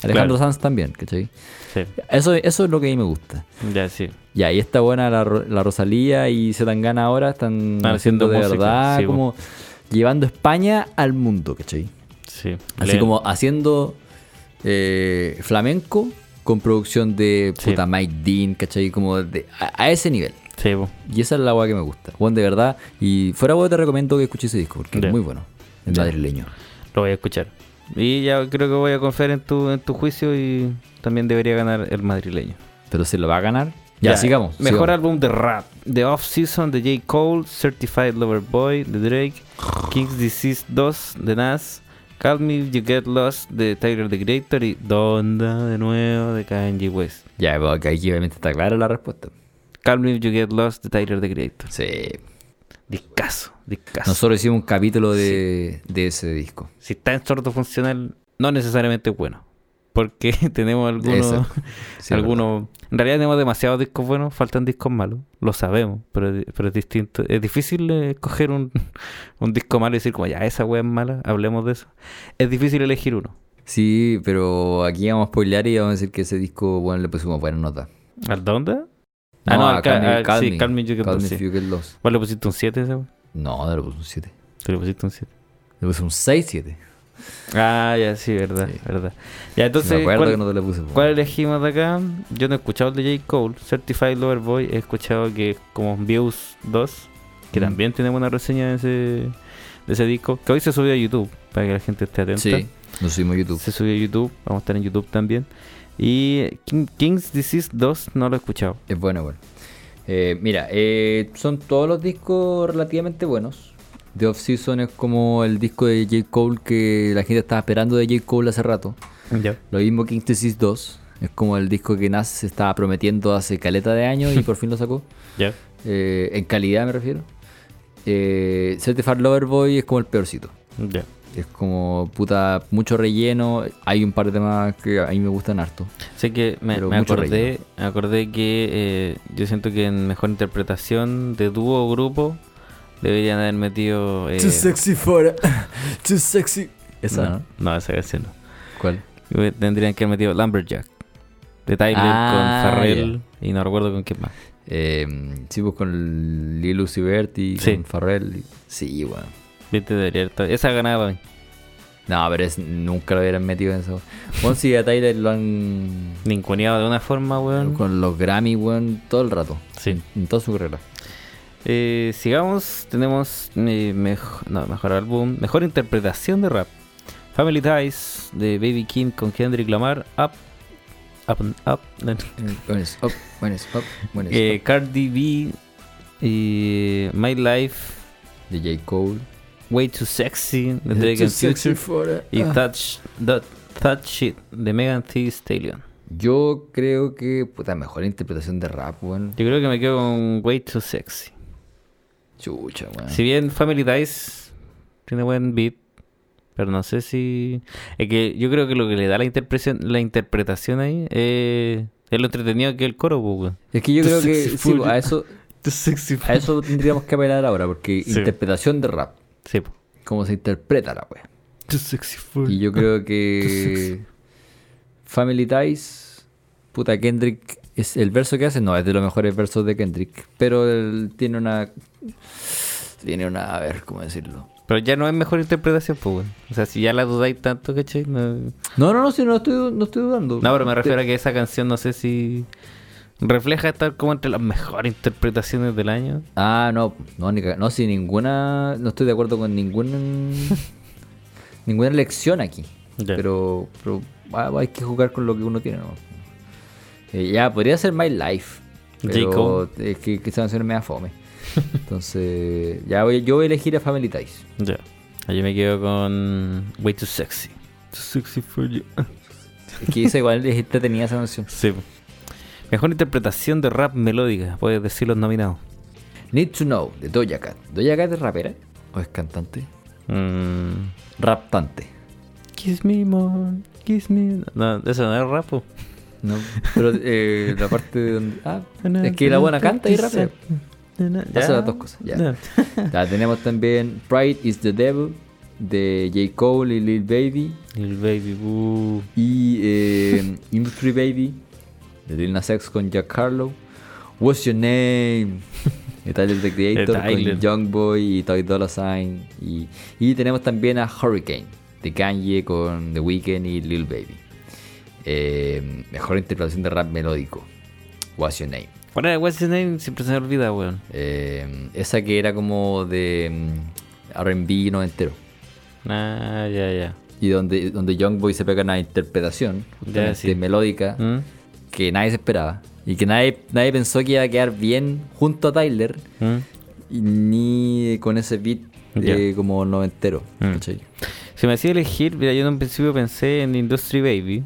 S1: Alejandro
S2: Claro.
S1: Sanz también, ¿cachai?
S2: Sí.
S1: Eso, eso es lo que a mí me gusta.
S2: Ya, sí.
S1: Y ahí está buena la, Ro- la Rosalía y Zetangana ahora, están
S2: Están
S1: haciendo,
S2: Ah, haciendo
S1: de
S2: música,
S1: verdad,
S2: sí, po.
S1: como llevando España al mundo, ¿cachai?
S2: Sí.
S1: Así
S2: Le-
S1: como haciendo eh, flamenco con producción de
S2: Sí.
S1: puta Mike Dean, ¿cachai? Como de- a, a ese nivel.
S2: Sí, po.
S1: Y esa es la weá que me gusta. Juan, de verdad. Y fuera huevo te recomiendo que escuches ese disco porque
S2: Ya.
S1: es muy bueno. Es
S2: Ya.
S1: madrileño.
S2: Lo voy a escuchar. Y ya creo que voy a confiar en tu, en tu juicio y también debería ganar el madrileño.
S1: Pero se lo va a ganar. Ya, sigamos. sigamos.
S2: Mejor álbum de rap. The Off Season de J. Cole, Certified Lover Boy de Drake, King's Disease 2 de Nas, Call Me If You Get Lost de Tyler the Creator y Donda de nuevo de Kanye West.
S1: Ya, porque aquí obviamente está clara la respuesta.
S2: Call Me If You Get Lost de Tyler the Creator.
S1: Sí.
S2: Discaso, discaso.
S1: Nosotros hicimos un capítulo de, de ese disco.
S2: si está en sordo funcional, no necesariamente es bueno. Porque [LAUGHS] tenemos algunos.
S1: Exacto.
S2: [LAUGHS]
S1: Sí,
S2: algunos en realidad tenemos demasiados discos buenos, faltan discos malos, lo sabemos, pero, pero es distinto. Es difícil eh, escoger un, [LAUGHS] un disco malo y decir, como ya, esa wea es mala, hablemos de eso. Es difícil elegir uno.
S1: Sí, pero aquí vamos a spoilear y vamos a decir que ese disco, bueno, le pusimos buena nota.
S2: ¿Al dónde? Ah, no, al Cal-
S1: Calm Me-
S2: al-
S1: Calm
S2: sí,
S1: Me.
S2: Calm Me You Get
S1: Calm
S2: Lost,
S1: Me
S2: sí.
S1: You Get Lost.
S2: ¿Vos le pusiste un 7 esa wea?
S1: No, le puse un 7.
S2: ¿Tú le pusiste un 7?
S1: Le puse un 6-7.
S2: Ah, ya, sí, verdad,
S1: Sí.
S2: verdad. Ya, entonces,
S1: me acuerdo
S2: ¿cuál-
S1: que no te le puse. pues. po.
S2: ¿Cuál elegimos de acá? Yo no he escuchado el de J. Cole, Certified Lover Boy. He escuchado que es como Views 2, que
S1: Mm.
S2: también tenemos una reseña de ese, de ese disco, que hoy se subió a YouTube, para que la gente esté atenta.
S1: Sí, nos subimos a YouTube.
S2: Se subió a YouTube, vamos a estar en YouTube también. Y King- King's Disease 2 no lo he escuchado.
S1: Es bueno, bueno. Eh, mira, eh, son todos los discos relativamente buenos. The Off Season es como el disco de J. Cole que la gente estaba esperando de J. Cole hace rato.
S2: Ya.
S1: Lo mismo King Disease 2. Es como el disco que Nas se estaba prometiendo hace caleta de años y por fin lo
S2: [LAUGHS]
S1: sacó.
S2: Ya.
S1: Eh, en calidad me refiero. Eh, Certified Lover Boy es como el peorcito.
S2: Ya.
S1: Es como, puta, mucho relleno. Hay un par de temas que a mí me gustan harto.
S2: Sé que me,
S1: Pero
S2: me
S1: mucho
S2: acordé, me acordé que eh, yo siento que en mejor interpretación de dúo o grupo deberían haber metido. eh,
S1: for... [LAUGHS] Too sexy... [LAUGHS] Esa,
S2: no,
S1: ¿no?
S2: no, esa canción no.
S1: ¿Cuál?
S2: Eh, Tendrían que haber metido Lumberjack. De Tyler
S1: Ah,
S2: con Farrell. Y no recuerdo con quién más.
S1: Eh, sí, pues con Lil Uzi Vert y
S2: Sí.
S1: con Farrell. y- Sí, bueno.
S2: Viste, debería haber estado- Esa ganaba.
S1: No, pero es, nunca lo hubieran metido en eso. Bueno, sí, a Tyler lo han...
S2: Ninconeaba de una forma, weón.
S1: Con los Grammy, weón, todo el rato.
S2: Sí.
S1: En, en toda su carrera.
S2: Eh, sigamos. Tenemos eh, mejor, no, mejor álbum. Mejor interpretación de rap. Family Ties de Baby Kim con Kendrick Lamar. Up. Up and Up. [LAUGHS]
S1: Buenas, Eh, up, buenas, up, buenas,
S2: Eh,
S1: up.
S2: Cardi B. eh, My Life.
S1: De J. Cole.
S2: Way Too Sexy de Drake and Future. Y
S1: Ah.
S2: Touch, that, That Shit de Megan Thee Stallion.
S1: Yo creo que, puta, mejor interpretación de rap, weón.
S2: Yo creo que me quedo con Way Too Sexy.
S1: Chucha, weón.
S2: Si bien Family Dice tiene buen beat, pero no sé si. Es que yo creo que lo que le da la, interpretación la interpretación ahí eh, es lo entretenido que es el coro, pues, weón.
S1: Es que yo creo que,
S2: Entonces,
S1: sí,
S2: full-
S1: a eso,
S2: Mr. Sexy
S1: A eso tendríamos que apelar ahora, porque
S2: Sí.
S1: interpretación de rap.
S2: Sí, po.
S1: Cómo se interpreta la wea.
S2: Mr. Sexy Boy.
S1: Y yo creo que. Family Ties. Puta, Kendrick. Es el verso que hace no es de los mejores versos de Kendrick. Pero él tiene una. Tiene una. A ver, ¿cómo decirlo?
S2: Pero ya no es mejor interpretación, pues, weón. O sea, si ya la dudáis tanto, ¿cachai? No,
S1: No, no, no, sí, no estoy, no estoy dudando.
S2: No, pero me refiero a que esa canción, no sé si refleja estar como entre las mejores interpretaciones del año.
S1: Ah, no, no, ni caga- no, si ninguna. No estoy de acuerdo con
S2: [LAUGHS]
S1: ningún. ninguna elección aquí.
S2: Ya.
S1: Pero, pero ah, hay que jugar con lo que uno tiene, ¿no? Eh, ya, podría ser My Life.
S2: J.
S1: Pero
S2: Cole.
S1: es que, que esa canción me da fome. Entonces, [LAUGHS] ya voy, yo voy a elegir a Family Ties.
S2: Ya. Ah, Yo me quedo con Way Too Sexy. Too sexy for you. [LAUGHS]
S1: Es que esa igual es entretenida esa canción.
S2: Sí. Mejor interpretación de rap melódica, puedes decir los nominados.
S1: Need to Know, de Doja Cat. ¿Doja Cat es rapera? ¿O es cantante?
S2: Mm.
S1: Raptante.
S2: Kiss me more, kiss me. No, eso no es rap. po.
S1: No, pero eh, la parte de donde. Ah, es que la buena canta y rapera. Hace las dos cosas, ya. [LAUGHS] Ya, tenemos también Pride is the Devil de J. Cole y Lil Baby.
S2: El baby uh. boo.
S1: Y [LAUGHS] eh, Industry Baby de Lil Nas X con Jack Harlow. What's Your [LAUGHS] Name de Tyler the Creator
S2: Tyler.
S1: con Youngboy y Toy Dolla Sign. Y, y tenemos también a Hurricane de Kanye con The Weeknd y Lil Baby. Eh, mejor interpretación de rap melódico. What's Your Name.
S2: ¿Cuál era What's His Name? Siempre se me olvida, weón.
S1: Eh, esa que era como de mm, RB noventero.
S2: Ah, ya, ya.
S1: Y donde, donde Youngboy se pega una interpretación justamente
S2: sí.
S1: melódica
S2: ¿Mm?
S1: que nadie se esperaba. Y que nadie, nadie pensó que iba a quedar bien junto a Tyler,
S2: ¿Mm?
S1: y ni con ese beat
S2: Ya.
S1: eh, como noventero.
S2: Mm.
S1: ¿cachai?
S2: Si me hacía elegir, mira, yo en un principio pensé en Industry Baby,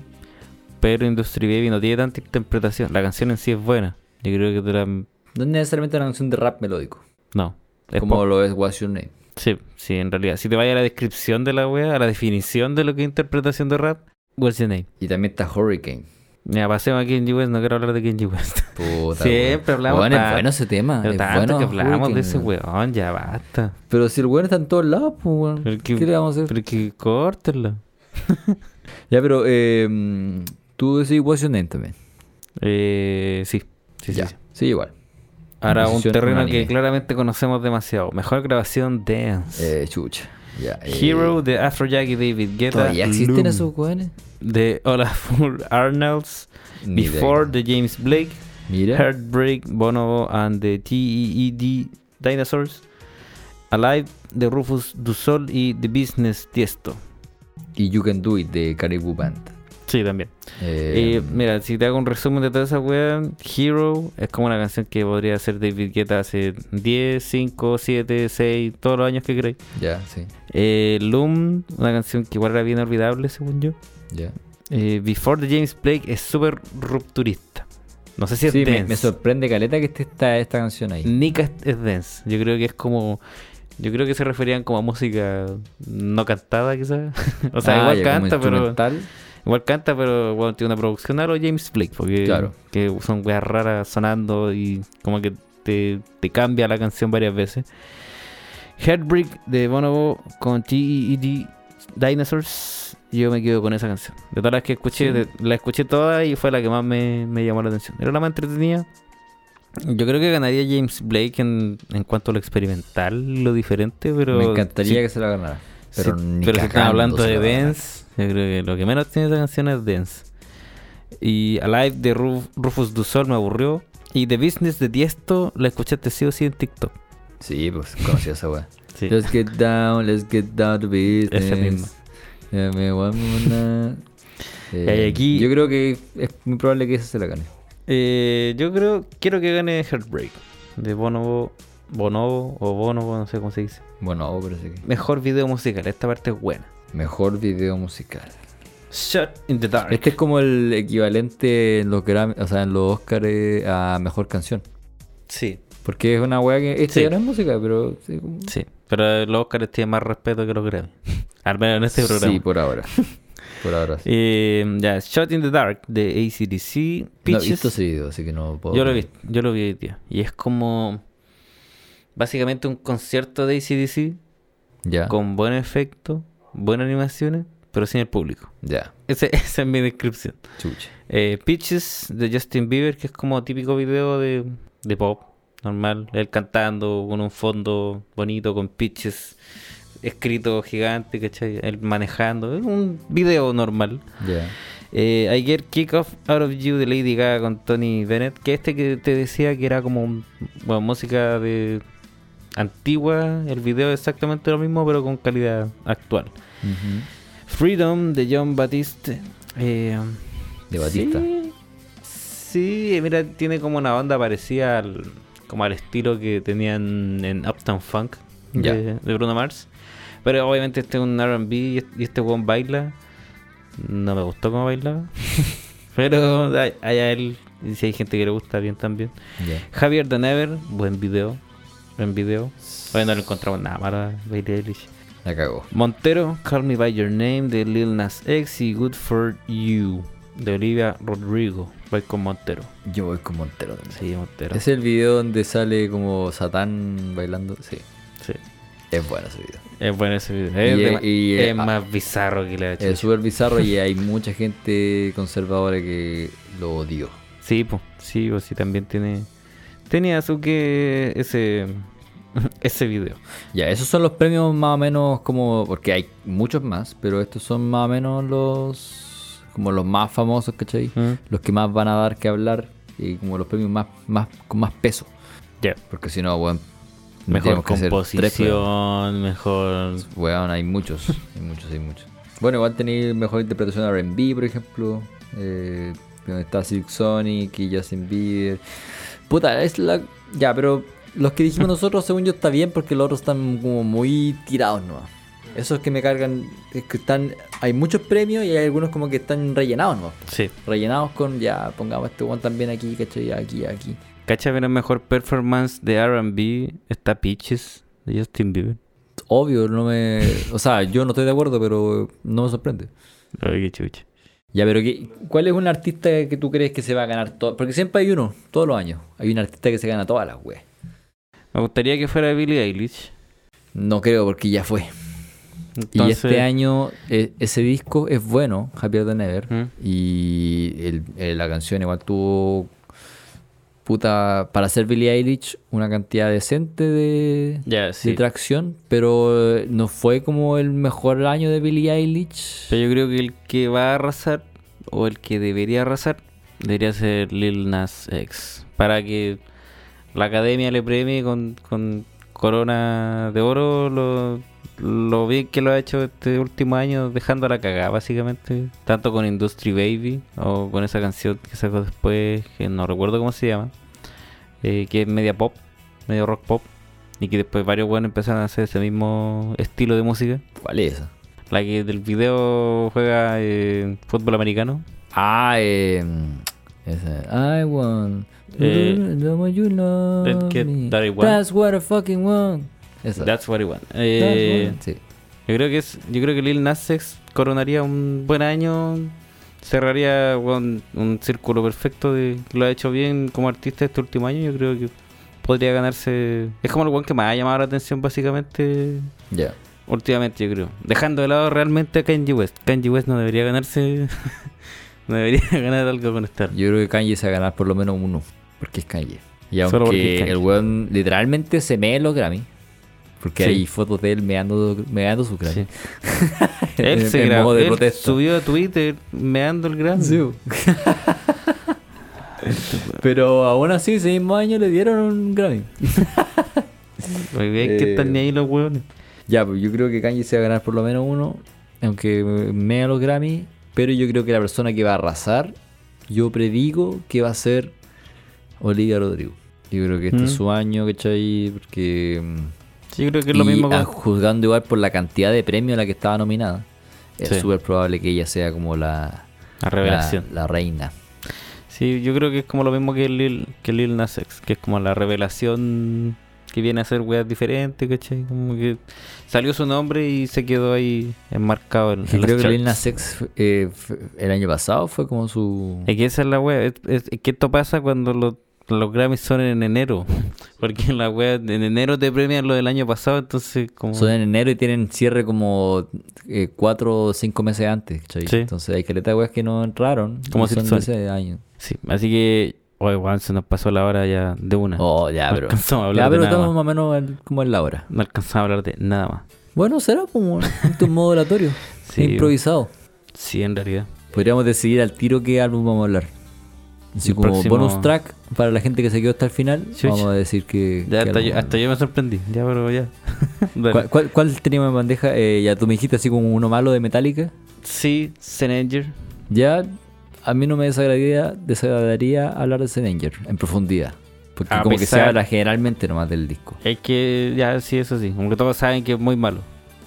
S2: pero Industry Baby no tiene tanta interpretación. La canción en sí es buena. Yo creo que te la...
S1: No es necesariamente una canción de rap melódico,
S2: No. Es
S1: como
S2: pop.
S1: lo es What's Your Name.
S2: Sí, sí, en realidad. Si te vayas a la descripción de la wea, a la definición de lo que es interpretación de rap, What's Your Name?
S1: Y también está Hurricane.
S2: Mira, pasemos a Kenji West, no quiero hablar de Kenji West.
S1: Puta,
S2: Siempre
S1: weón.
S2: hablamos
S1: Weón, es
S2: tan-
S1: bueno ese tema.
S2: Pero
S1: es
S2: tanto
S1: bueno
S2: que hablamos
S1: Hurricane,
S2: de ese
S1: weón.
S2: weón, ya basta.
S1: Pero si el weón está en todos lados, pues, weón,
S2: Pero
S1: ¿qué le vamos a hacer?
S2: Pero que córtenlo.
S1: Ya, pero eh, mm, tú decís What's Your Name también.
S2: Eh, sí, sí, sí,
S1: ya.
S2: sí.
S1: sí, igual.
S2: Ahora un
S1: Decisión
S2: terreno
S1: unánime.
S2: que claramente conocemos demasiado. Mejor grabación dance.
S1: Eh, chucha. Ya, eh,
S2: Hero de Afrojack y David Guetta.
S1: ¿Todavía existen
S2: Loom
S1: esos weones?
S2: De Olafur [LAUGHS] Arnolds.
S1: Ni
S2: Before
S1: idea.
S2: de James Blake.
S1: Mira.
S2: Heartbreak Bonobo and the TEED Dinosaurs. Alive de Rufus Du Sol y The Business Tiesto.
S1: Y You Can Do It de Caribou Band.
S2: Sí, también.
S1: Eh,
S2: Eh, mira, si te hago un resumen de toda esa wea, Hero es como una canción que podría hacer David Guetta hace 10, 5, 7, 6, todos los años que queráis.
S1: ya, sí.
S2: Eh, Loom, una canción que igual era bien olvidable, según yo.
S1: Ya.
S2: Eh, Before de James Blake es súper rupturista. No sé si es
S1: Sí, me,
S2: dance.
S1: me sorprende caleta que esté esta, esta canción ahí.
S2: Nika es, es dance. Yo creo que es como. Yo creo que se referían como a música no cantada, quizás. [LAUGHS] o sea,
S1: Ah,
S2: igual
S1: ya, como
S2: canta, pero.
S1: instrumental.
S2: Igual canta, pero bueno, tiene una producción a lo James Blake, porque
S1: Claro.
S2: que son weas raras sonando y como que te, te cambia la canción varias veces. Heartbreak de Bonobo con T.E.E.D. Dinosaurs, yo me quedo con esa canción. De todas las que escuché,
S1: Sí.
S2: de- la escuché toda y fue la que más me, me llamó la atención. Era la más entretenida. Yo creo que ganaría James Blake en, en cuanto a lo experimental, lo diferente, pero...
S1: me encantaría
S2: sí,
S1: que se la ganara.
S2: Sí,
S1: Pero, ni
S2: pero si están
S1: cagando
S2: hablando
S1: se
S2: de
S1: la va a ganar.
S2: dance, yo creo que lo que menos tiene esa canción es dance. Y Alive de Ruf- Rufus Du Sol me aburrió. Y The Business de Tiesto la escuchaste sí o sí en TikTok.
S1: Sí, pues conocí esa weá.
S2: Sí.
S1: Let's get down, let's get down to business.
S2: Esa misma.
S1: Ya me voy a
S2: [LAUGHS]
S1: monar.
S2: Y aquí-
S1: Yo creo que es muy probable que esa se la gane.
S2: Eh, yo creo, quiero que gane Heartbreak de Bonobo, Bonobo o Bonobo, no sé cómo se dice.
S1: Bueno, pero sí que.
S2: Mejor video musical, esta parte es buena.
S1: Mejor video musical.
S2: Shot in the Dark.
S1: Este es como el equivalente en los Grammy, o sea, en los Oscars a mejor canción.
S2: Sí,
S1: Porque es una weá que. Este
S2: Sí.
S1: ya no es música, pero. Sí, como-
S2: sí. Pero los Oscars tienen más respeto que los Grammy. [LAUGHS] Al menos en este programa.
S1: Sí, pues. por
S2: [LAUGHS]
S1: ahora. Por ahora. Sí.
S2: Eh, ya, Shot in the Dark de ACDC.
S1: No he
S2: Peaches.
S1: visto ese video, así que no puedo.
S2: yo lo vi, yo lo vi hoy día. Y es como. básicamente un concierto de ACDC
S1: Ya.
S2: con buen efecto, buenas animaciones, pero sin el público. [LAUGHS]
S1: Ya.
S2: Ese- esa es mi descripción.
S1: Chucha.
S2: Eh, Pitches de Justin Bieber, que es como típico video de, de pop, normal. Él cantando con un fondo bonito, con pitches escrito gigante, ¿cachai? Él manejando. Es un video normal.
S1: Ya.
S2: Eh, I Get Kick Off Out of You de Lady Gaga con Tony Bennett, que este que te decía que era como un- bueno, música de antigua, el video es exactamente lo mismo pero con calidad actual.
S1: Ujú.
S2: Freedom de John Batiste. eh,
S1: De Batista.
S2: Sí, sí, mira, tiene como una banda parecida al, como al estilo que tenían en Uptown Funk de,
S1: Ya.
S2: de Bruno Mars. Pero obviamente este es un RB y este- y este weón baila. No me gustó
S1: [LAUGHS]
S2: cómo bailaba. Pero hay, hay a él, y si hay gente que le gusta bien también.
S1: Ya.
S2: Javier de Never, buen video. Buen video. Hoy no lo encontramos nada para Bailey Eilish.
S1: La cagó.
S2: Montero, Call Me By Your Name de Lil Nas X y Good For You de Olivia Rodrigo. Voy con Montero.
S1: Yo voy con Montero también.
S2: Sí, Montero.
S1: Es el video donde sale como Satán bailando. Sí.
S2: Sí.
S1: Es bueno ese video.
S2: Es bueno ese video. Es,
S1: Y,
S2: de-
S1: eh, y,
S2: es
S1: eh,
S2: más bizarro que la
S1: Es
S2: chucha.
S1: súper bizarro y hay mucha gente conservadora que lo odió.
S2: Sí, pues. Sí, pues sí, también tiene. Tenía su que ese. [LAUGHS] ese video.
S1: Ya, esos son los premios más o menos como. Porque hay muchos más, pero estos son más o menos los. Como los más famosos, ¿cachai?
S2: Mm.
S1: Los que más van a dar que hablar y como los premios más, más con más peso.
S2: Ya.
S1: Porque si no, weón.
S2: Mejor
S1: tenemos que hacer tres premios.
S2: composición, mejor.
S1: Weón, hay muchos. Hay muchos, hay muchos. Bueno, igual tenéis mejor interpretación de RB, por ejemplo. eh, donde está Silk Sonic y Justin Bieber. Puta, es la. Ya, pero los que dijimos nosotros, según yo, está bien porque los otros están como muy tirados, ¿no? Esos que me cargan. Es que están. Hay muchos premios y hay algunos como que están rellenados, ¿no?
S2: Sí.
S1: Rellenados con ya, pongamos este one también aquí, ¿cachai? Aquí, aquí.
S2: Cacha, ver mejor performance de RB. Está Peaches de Justin Bieber.
S1: Obvio, no me. O sea, yo no estoy de acuerdo, pero no me sorprende.
S2: Ay, qué chucha.
S1: Ya, pero ¿qué- ¿cuál es un artista que tú crees que se va a ganar todo? Porque siempre hay uno, todos los años. Hay un artista que se gana todas las weas.
S2: Me gustaría que fuera Billie Eilish.
S1: No creo, porque ya fue. Y
S2: Entonces-
S1: este año, eh, ese disco es bueno, Happier Than Ever.
S2: Mm.
S1: Y el- eh, la canción igual tuvo. Puta, para ser Billie Eilish, una cantidad decente de,
S2: Ya,
S1: de
S2: sí.
S1: tracción, pero eh, no fue como el mejor año de Billie Eilish.
S2: Pero yo creo que el que va a arrasar, o el que debería arrasar, debería ser Lil Nas X. Para que la academia le premie con, con corona de oro lo, lo bien que lo ha hecho este último año, dejando la cagada, básicamente. Tanto con Industry Baby, o con esa canción que sacó después, que no recuerdo cómo se llama, eh, que es media pop, medio rock pop. Y que después varios buenos empezaron a hacer ese mismo estilo de música.
S1: ¿Cuál es esa?
S2: La que del video juega eh, fútbol americano.
S1: Ah, eh, esa. I want.
S2: Eh,
S1: the more you love
S2: el que-
S1: me.
S2: that I want.
S1: That's what I fucking want. Esa.
S2: That's what I want.
S1: That's
S2: Eh,
S1: what I- sí.
S2: yo creo que es, yo creo que Lil Nas X coronaría un buen año, cerraría weón, un círculo perfecto de que lo ha hecho bien como artista este último año. Yo creo que podría ganarse. Es como el one que más ha llamado la atención básicamente
S1: Ya.
S2: últimamente, yo creo. Dejando de lado realmente a Kanye West. Kanye West no debería ganarse, [LAUGHS] no debería [LAUGHS] ganar algo con estar.
S1: Yo creo que Kanye se va a ganar por lo menos uno. Porque es Kanye. Y aunque
S2: Solo porque es Kanye.
S1: el weón literalmente se mee los Grammy. Porque
S2: Sí.
S1: hay fotos de él meando, meando su Grammy. [LAUGHS]
S2: Sí. Él
S1: En-
S2: se
S1: en
S2: grabó,
S1: modo de
S2: él
S1: protesta.
S2: subió a Twitter meando el gran.
S1: [LAUGHS] Sí.
S2: [LAUGHS]
S1: Pero aún así, ese mismo año le dieron un Grammy.
S2: Muy bien, que
S1: Eh,
S2: están ni ahí los hueones.
S1: Ya, pues yo creo que Kanye se va a ganar por lo menos uno, aunque mea los Grammy, pero yo creo que la persona que va a arrasar, yo predigo que va a ser Olivia Rodrigo. Yo creo que este
S2: Mm.
S1: es su año, ¿cachai? Porque... mm,
S2: Yo creo que es lo
S1: y
S2: mismo
S1: a-
S2: con...
S1: juzgando igual por la cantidad de premios a la que estaba nominada, es
S2: Sí.
S1: súper probable que ella sea como la...
S2: La revelación.
S1: La, la reina.
S2: Sí, yo creo que es como lo mismo que Lil, que Lil Nas X, que es como la revelación que viene a ser weas diferentes, ¿cachai? Como que salió su nombre y se quedó ahí enmarcado en, en las
S1: Creo que
S2: charts.
S1: Lil Nas X fue- eh, fue- el año pasado fue como su...
S2: Es que esa es la wea. Es, es- es que esto pasa cuando lo- los Grammys son en enero. [LAUGHS] Porque en la wea en enero te premian lo del año pasado, entonces como...
S1: Son en enero y tienen cierre como eh, cuatro o cinco meses antes. ¿cachai?
S2: Sí.
S1: Entonces hay caleta de weas que no entraron.
S2: Como
S1: y
S2: si
S1: son
S2: son.
S1: de ese año.
S2: Sí, así que... Oye, weón, se nos pasó la hora ya de una.
S1: Oh, ya,
S2: Ah. No
S1: pero.
S2: alcanzamos a hablar
S1: Ya,
S2: de
S1: pero
S2: nada
S1: estamos
S2: más.
S1: más o menos en- como en la hora.
S2: No alcanzamos a hablar de nada más.
S1: Bueno, será como
S2: [LAUGHS]
S1: un un modo oratorio.
S2: Sí.
S1: Improvisado.
S2: Sí, en realidad.
S1: Podríamos decidir al tiro qué álbum vamos a hablar. Así
S2: El
S1: como
S2: próximo-
S1: bonus track para la gente que se quedó hasta el final,
S2: Chucha.
S1: vamos a decir que.
S2: Ya
S1: que
S2: hasta, yo,
S1: álbum.
S2: hasta yo me sorprendí. Ya, pero [LAUGHS] ya. Dale.
S1: ¿Cuál, cuál, cuál teníamos en bandeja? Eh, ya tú me dijiste así como uno malo de Metallica.
S2: Sí, Senager.
S1: Ya a mí no me desagradaría, desagradaría hablar de Senanger en profundidad. Porque
S2: A
S1: como que se
S2: pesar-
S1: habla generalmente nomás del disco.
S2: Es que, ya, sí, eso sí. Aunque todos saben que es muy malo.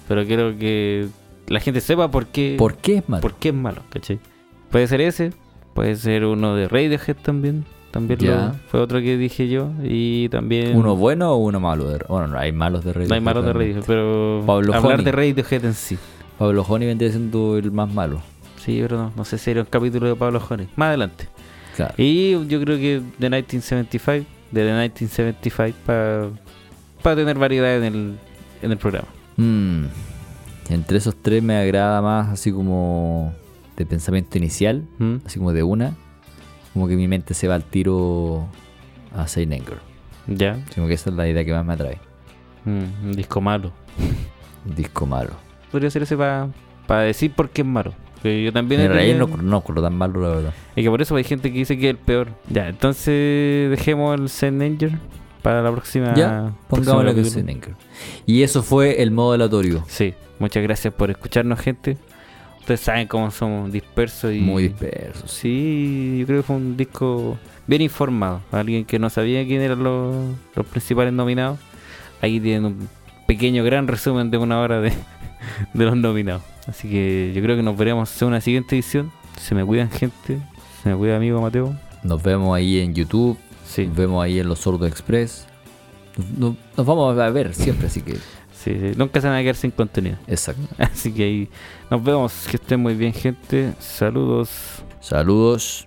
S2: Pero quiero que la gente sepa por qué.
S1: ¿Por qué es malo?
S2: por qué es malo, ¿cachai? Puede ser ese. Puede ser uno de Radiohead también. También lo-
S1: Ya.
S2: fue otro que dije yo. Y también.
S1: ¿Uno bueno o uno malo? De... Bueno, no, hay malos de Radiohead.
S2: No hay malos de
S1: realmente.
S2: Radiohead, pero.
S1: Pablo
S2: hablar
S1: Honey.
S2: de Radiohead en sí.
S1: Pablo Honey vendría siendo el más malo.
S2: Sí, pero no, no sé si era un capítulo de Pablo Honey. Más adelante.
S1: Claro.
S2: Y yo creo que The 1975, de The 1975, para tener variedad en el, en el programa.
S1: Mm, Entre esos tres me agrada más así como de pensamiento inicial,
S2: ¿Mm?
S1: así como de una. Como que mi mente se va al tiro a Seinanger.
S2: Ya.
S1: Así Como que esa es la idea que más me atrae.
S2: Mm, un disco malo.
S1: Un disco malo.
S2: Podría ser ese para decir por qué es malo. Que yo también... he
S1: En realidad no,
S2: tenido-
S1: no ocurrió tan malo, la verdad.
S2: Y que por eso hay gente que dice que es el peor. Ya, entonces dejemos el Zen Danger para la próxima...
S1: ya,
S2: próximo
S1: pongámoslo Ah, pues que
S2: capítulo.
S1: es Seinanger. Y eso fue el modo aleatorio.
S2: Sí, muchas gracias por escucharnos, gente. Ustedes saben cómo somos dispersos y...
S1: Muy disperso. sí.
S2: Sí, yo creo que fue un disco bien informado. Alguien que no sabía quién eran los, los principales nominados. Aquí tienen un pequeño, gran resumen de una hora de, [LAUGHS] de los nominados. Así que yo creo que nos veremos en una siguiente edición. Se me cuidan, gente. Se me cuida, amigo Mateo.
S1: Nos vemos ahí en YouTube,
S2: Sí,
S1: nos vemos ahí en los Sordos Express. Nos- nos- nos vamos a ver siempre, así que.
S2: sí, sí. Nunca se van a quedar sin contenido. [LAUGHS]
S1: Exacto.
S2: Así que ahí nos vemos. Que estén muy bien, gente. Saludos.
S1: Saludos.